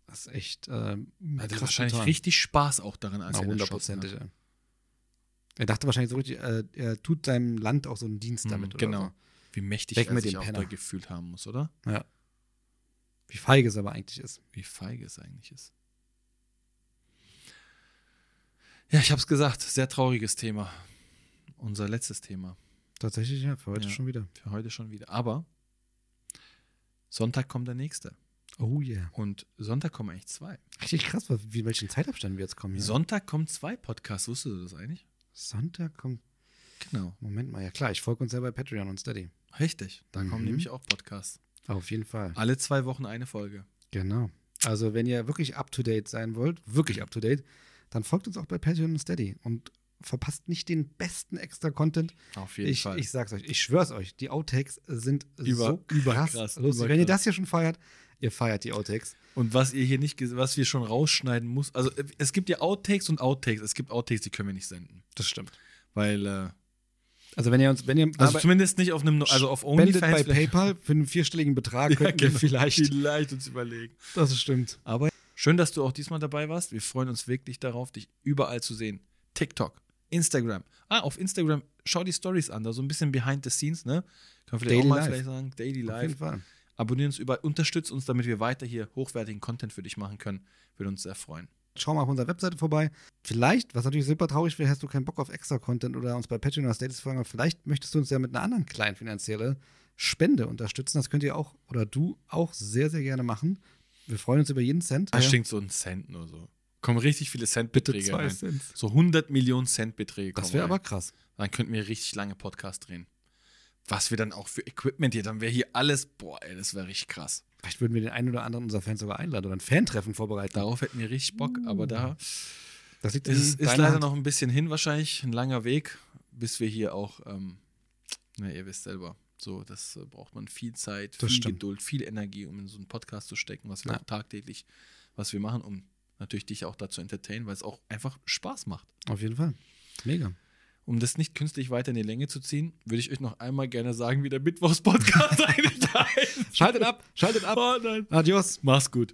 Speaker 2: Das ist echt ähm,
Speaker 1: Hatte
Speaker 2: krass
Speaker 1: wahrscheinlich
Speaker 2: getan.
Speaker 1: richtig Spaß auch daran, als
Speaker 2: Na,
Speaker 1: er ihn erschossen
Speaker 2: hundertprozentig.
Speaker 1: hat.
Speaker 2: ja. Er dachte wahrscheinlich so richtig, äh, er tut seinem Land auch so einen Dienst damit.
Speaker 1: Mhm, genau.
Speaker 2: Oder
Speaker 1: Wie mächtig
Speaker 2: Weg
Speaker 1: er
Speaker 2: mit
Speaker 1: sich
Speaker 2: dem
Speaker 1: auch
Speaker 2: Penner.
Speaker 1: da gefühlt haben muss, oder?
Speaker 2: so. Ja. Wie feige es aber eigentlich ist.
Speaker 1: Wie feige es eigentlich ist. Ja, ich hab's gesagt, sehr trauriges Thema. Unser letztes Thema
Speaker 2: Tatsächlich, ja, für heute
Speaker 1: Ja.
Speaker 2: schon wieder.
Speaker 1: für heute schon wieder. Aber Sonntag kommt der nächste.
Speaker 2: Oh yeah.
Speaker 1: Und Sonntag kommen eigentlich zwei.
Speaker 2: Richtig krass, was- wie welchen Zeitabstand wir jetzt kommen hier.
Speaker 1: Sonntag kommen zwei Podcasts. Wusstest du das eigentlich?
Speaker 2: Sonntag kommt.
Speaker 1: Genau.
Speaker 2: Moment mal, ja klar, ich folge uns ja bei Patreon und Steady.
Speaker 1: Richtig. Da
Speaker 2: Mhm.
Speaker 1: kommen nämlich auch Podcasts.
Speaker 2: Auf jeden Fall.
Speaker 1: Alle zwei Wochen eine Folge.
Speaker 2: Genau. Also, wenn ihr wirklich up to date sein wollt, wirklich up to date, dann folgt uns auch bei Patreon und Steady und verpasst nicht den besten extra Content.
Speaker 1: Auf jeden
Speaker 2: Ich,
Speaker 1: Fall.
Speaker 2: ich sag's euch, ich schwör's euch, die Outtakes sind
Speaker 1: Über-
Speaker 2: so krass.
Speaker 1: überkrass,
Speaker 2: lustig.
Speaker 1: überkrass.
Speaker 2: Wenn ihr das hier schon feiert, ihr feiert die Outtakes.
Speaker 1: Und was ihr hier nicht, ges- was wir schon rausschneiden muss, also äh, es gibt ja Outtakes und Outtakes. Es gibt Outtakes, die können wir nicht senden,
Speaker 2: Das stimmt.
Speaker 1: weil äh,
Speaker 2: Also, wenn ihr uns, wenn ihr
Speaker 1: also
Speaker 2: aber
Speaker 1: zumindest nicht auf einem, also auf
Speaker 2: spendet bei
Speaker 1: OnlyFans. vielleicht-
Speaker 2: PayPal für einen vierstelligen
Speaker 1: *laughs*
Speaker 2: Betrag,
Speaker 1: Ja,
Speaker 2: könnten
Speaker 1: genau.
Speaker 2: wir vielleicht.
Speaker 1: vielleicht uns überlegen.
Speaker 2: Das stimmt.
Speaker 1: Aber schön, dass du auch diesmal dabei warst. Wir freuen uns wirklich darauf, dich überall zu sehen. TikTok, Instagram. Ah, auf Instagram schau die Stories an, da so ein bisschen behind the scenes, ne? Können wir vielleicht
Speaker 2: Daily
Speaker 1: auch mal
Speaker 2: Life.
Speaker 1: vielleicht sagen, Daily
Speaker 2: Auf jeden
Speaker 1: Life.
Speaker 2: Fall.
Speaker 1: Abonnieren uns überall, unterstützt uns, damit wir weiter hier hochwertigen Content für dich machen können. Würde uns sehr freuen.
Speaker 2: Schau mal auf unserer Webseite vorbei. Vielleicht, was natürlich super traurig wäre, hast du keinen Bock auf extra Content oder uns bei Patreon oder Status folgen, aber vielleicht möchtest du uns ja mit einer anderen kleinen finanziellen Spende unterstützen. Das könnt ihr auch oder du auch sehr, sehr gerne machen. Wir freuen uns über jeden Cent.
Speaker 1: Da stinkt so ein Cent nur so. Kommen richtig viele
Speaker 2: bitte
Speaker 1: Centbeträge
Speaker 2: zwei
Speaker 1: rein.
Speaker 2: Cent.
Speaker 1: So 100 Millionen Cent Beträge kommen
Speaker 2: Das wäre
Speaker 1: rein.
Speaker 2: aber krass.
Speaker 1: Dann könnten wir richtig lange Podcast drehen. Was wir dann auch für Equipment hier, dann wäre hier alles, boah, ey, das wäre richtig krass.
Speaker 2: Vielleicht würden wir den einen oder anderen unserer Fans sogar einladen oder ein Fantreffen vorbereiten.
Speaker 1: Darauf hätten wir richtig Bock, aber da
Speaker 2: Das liegt
Speaker 1: ist, es-
Speaker 2: Mm. in
Speaker 1: ist
Speaker 2: deiner
Speaker 1: leider
Speaker 2: Hand.
Speaker 1: noch ein bisschen hin wahrscheinlich, ein langer Weg, bis wir hier auch, ähm, na, ihr wisst selber, so, das äh, braucht man viel Zeit,
Speaker 2: Das
Speaker 1: viel
Speaker 2: stimmt.
Speaker 1: Geduld, viel Energie, um in so einen Podcast zu stecken, was wir
Speaker 2: Ja.
Speaker 1: auch tagtäglich, was wir machen, um natürlich dich auch dazu entertainen, weil es auch einfach Spaß macht.
Speaker 2: Auf jeden Fall. Mega.
Speaker 1: Um das nicht künstlich weiter in die Länge zu ziehen, würde ich euch noch einmal gerne sagen, wie der Mittwochs-Podcast *laughs* eigentlich heißt.
Speaker 2: Schaltet ab, schaltet ab.
Speaker 1: Oh nein.
Speaker 2: Adios.
Speaker 1: Mach's gut.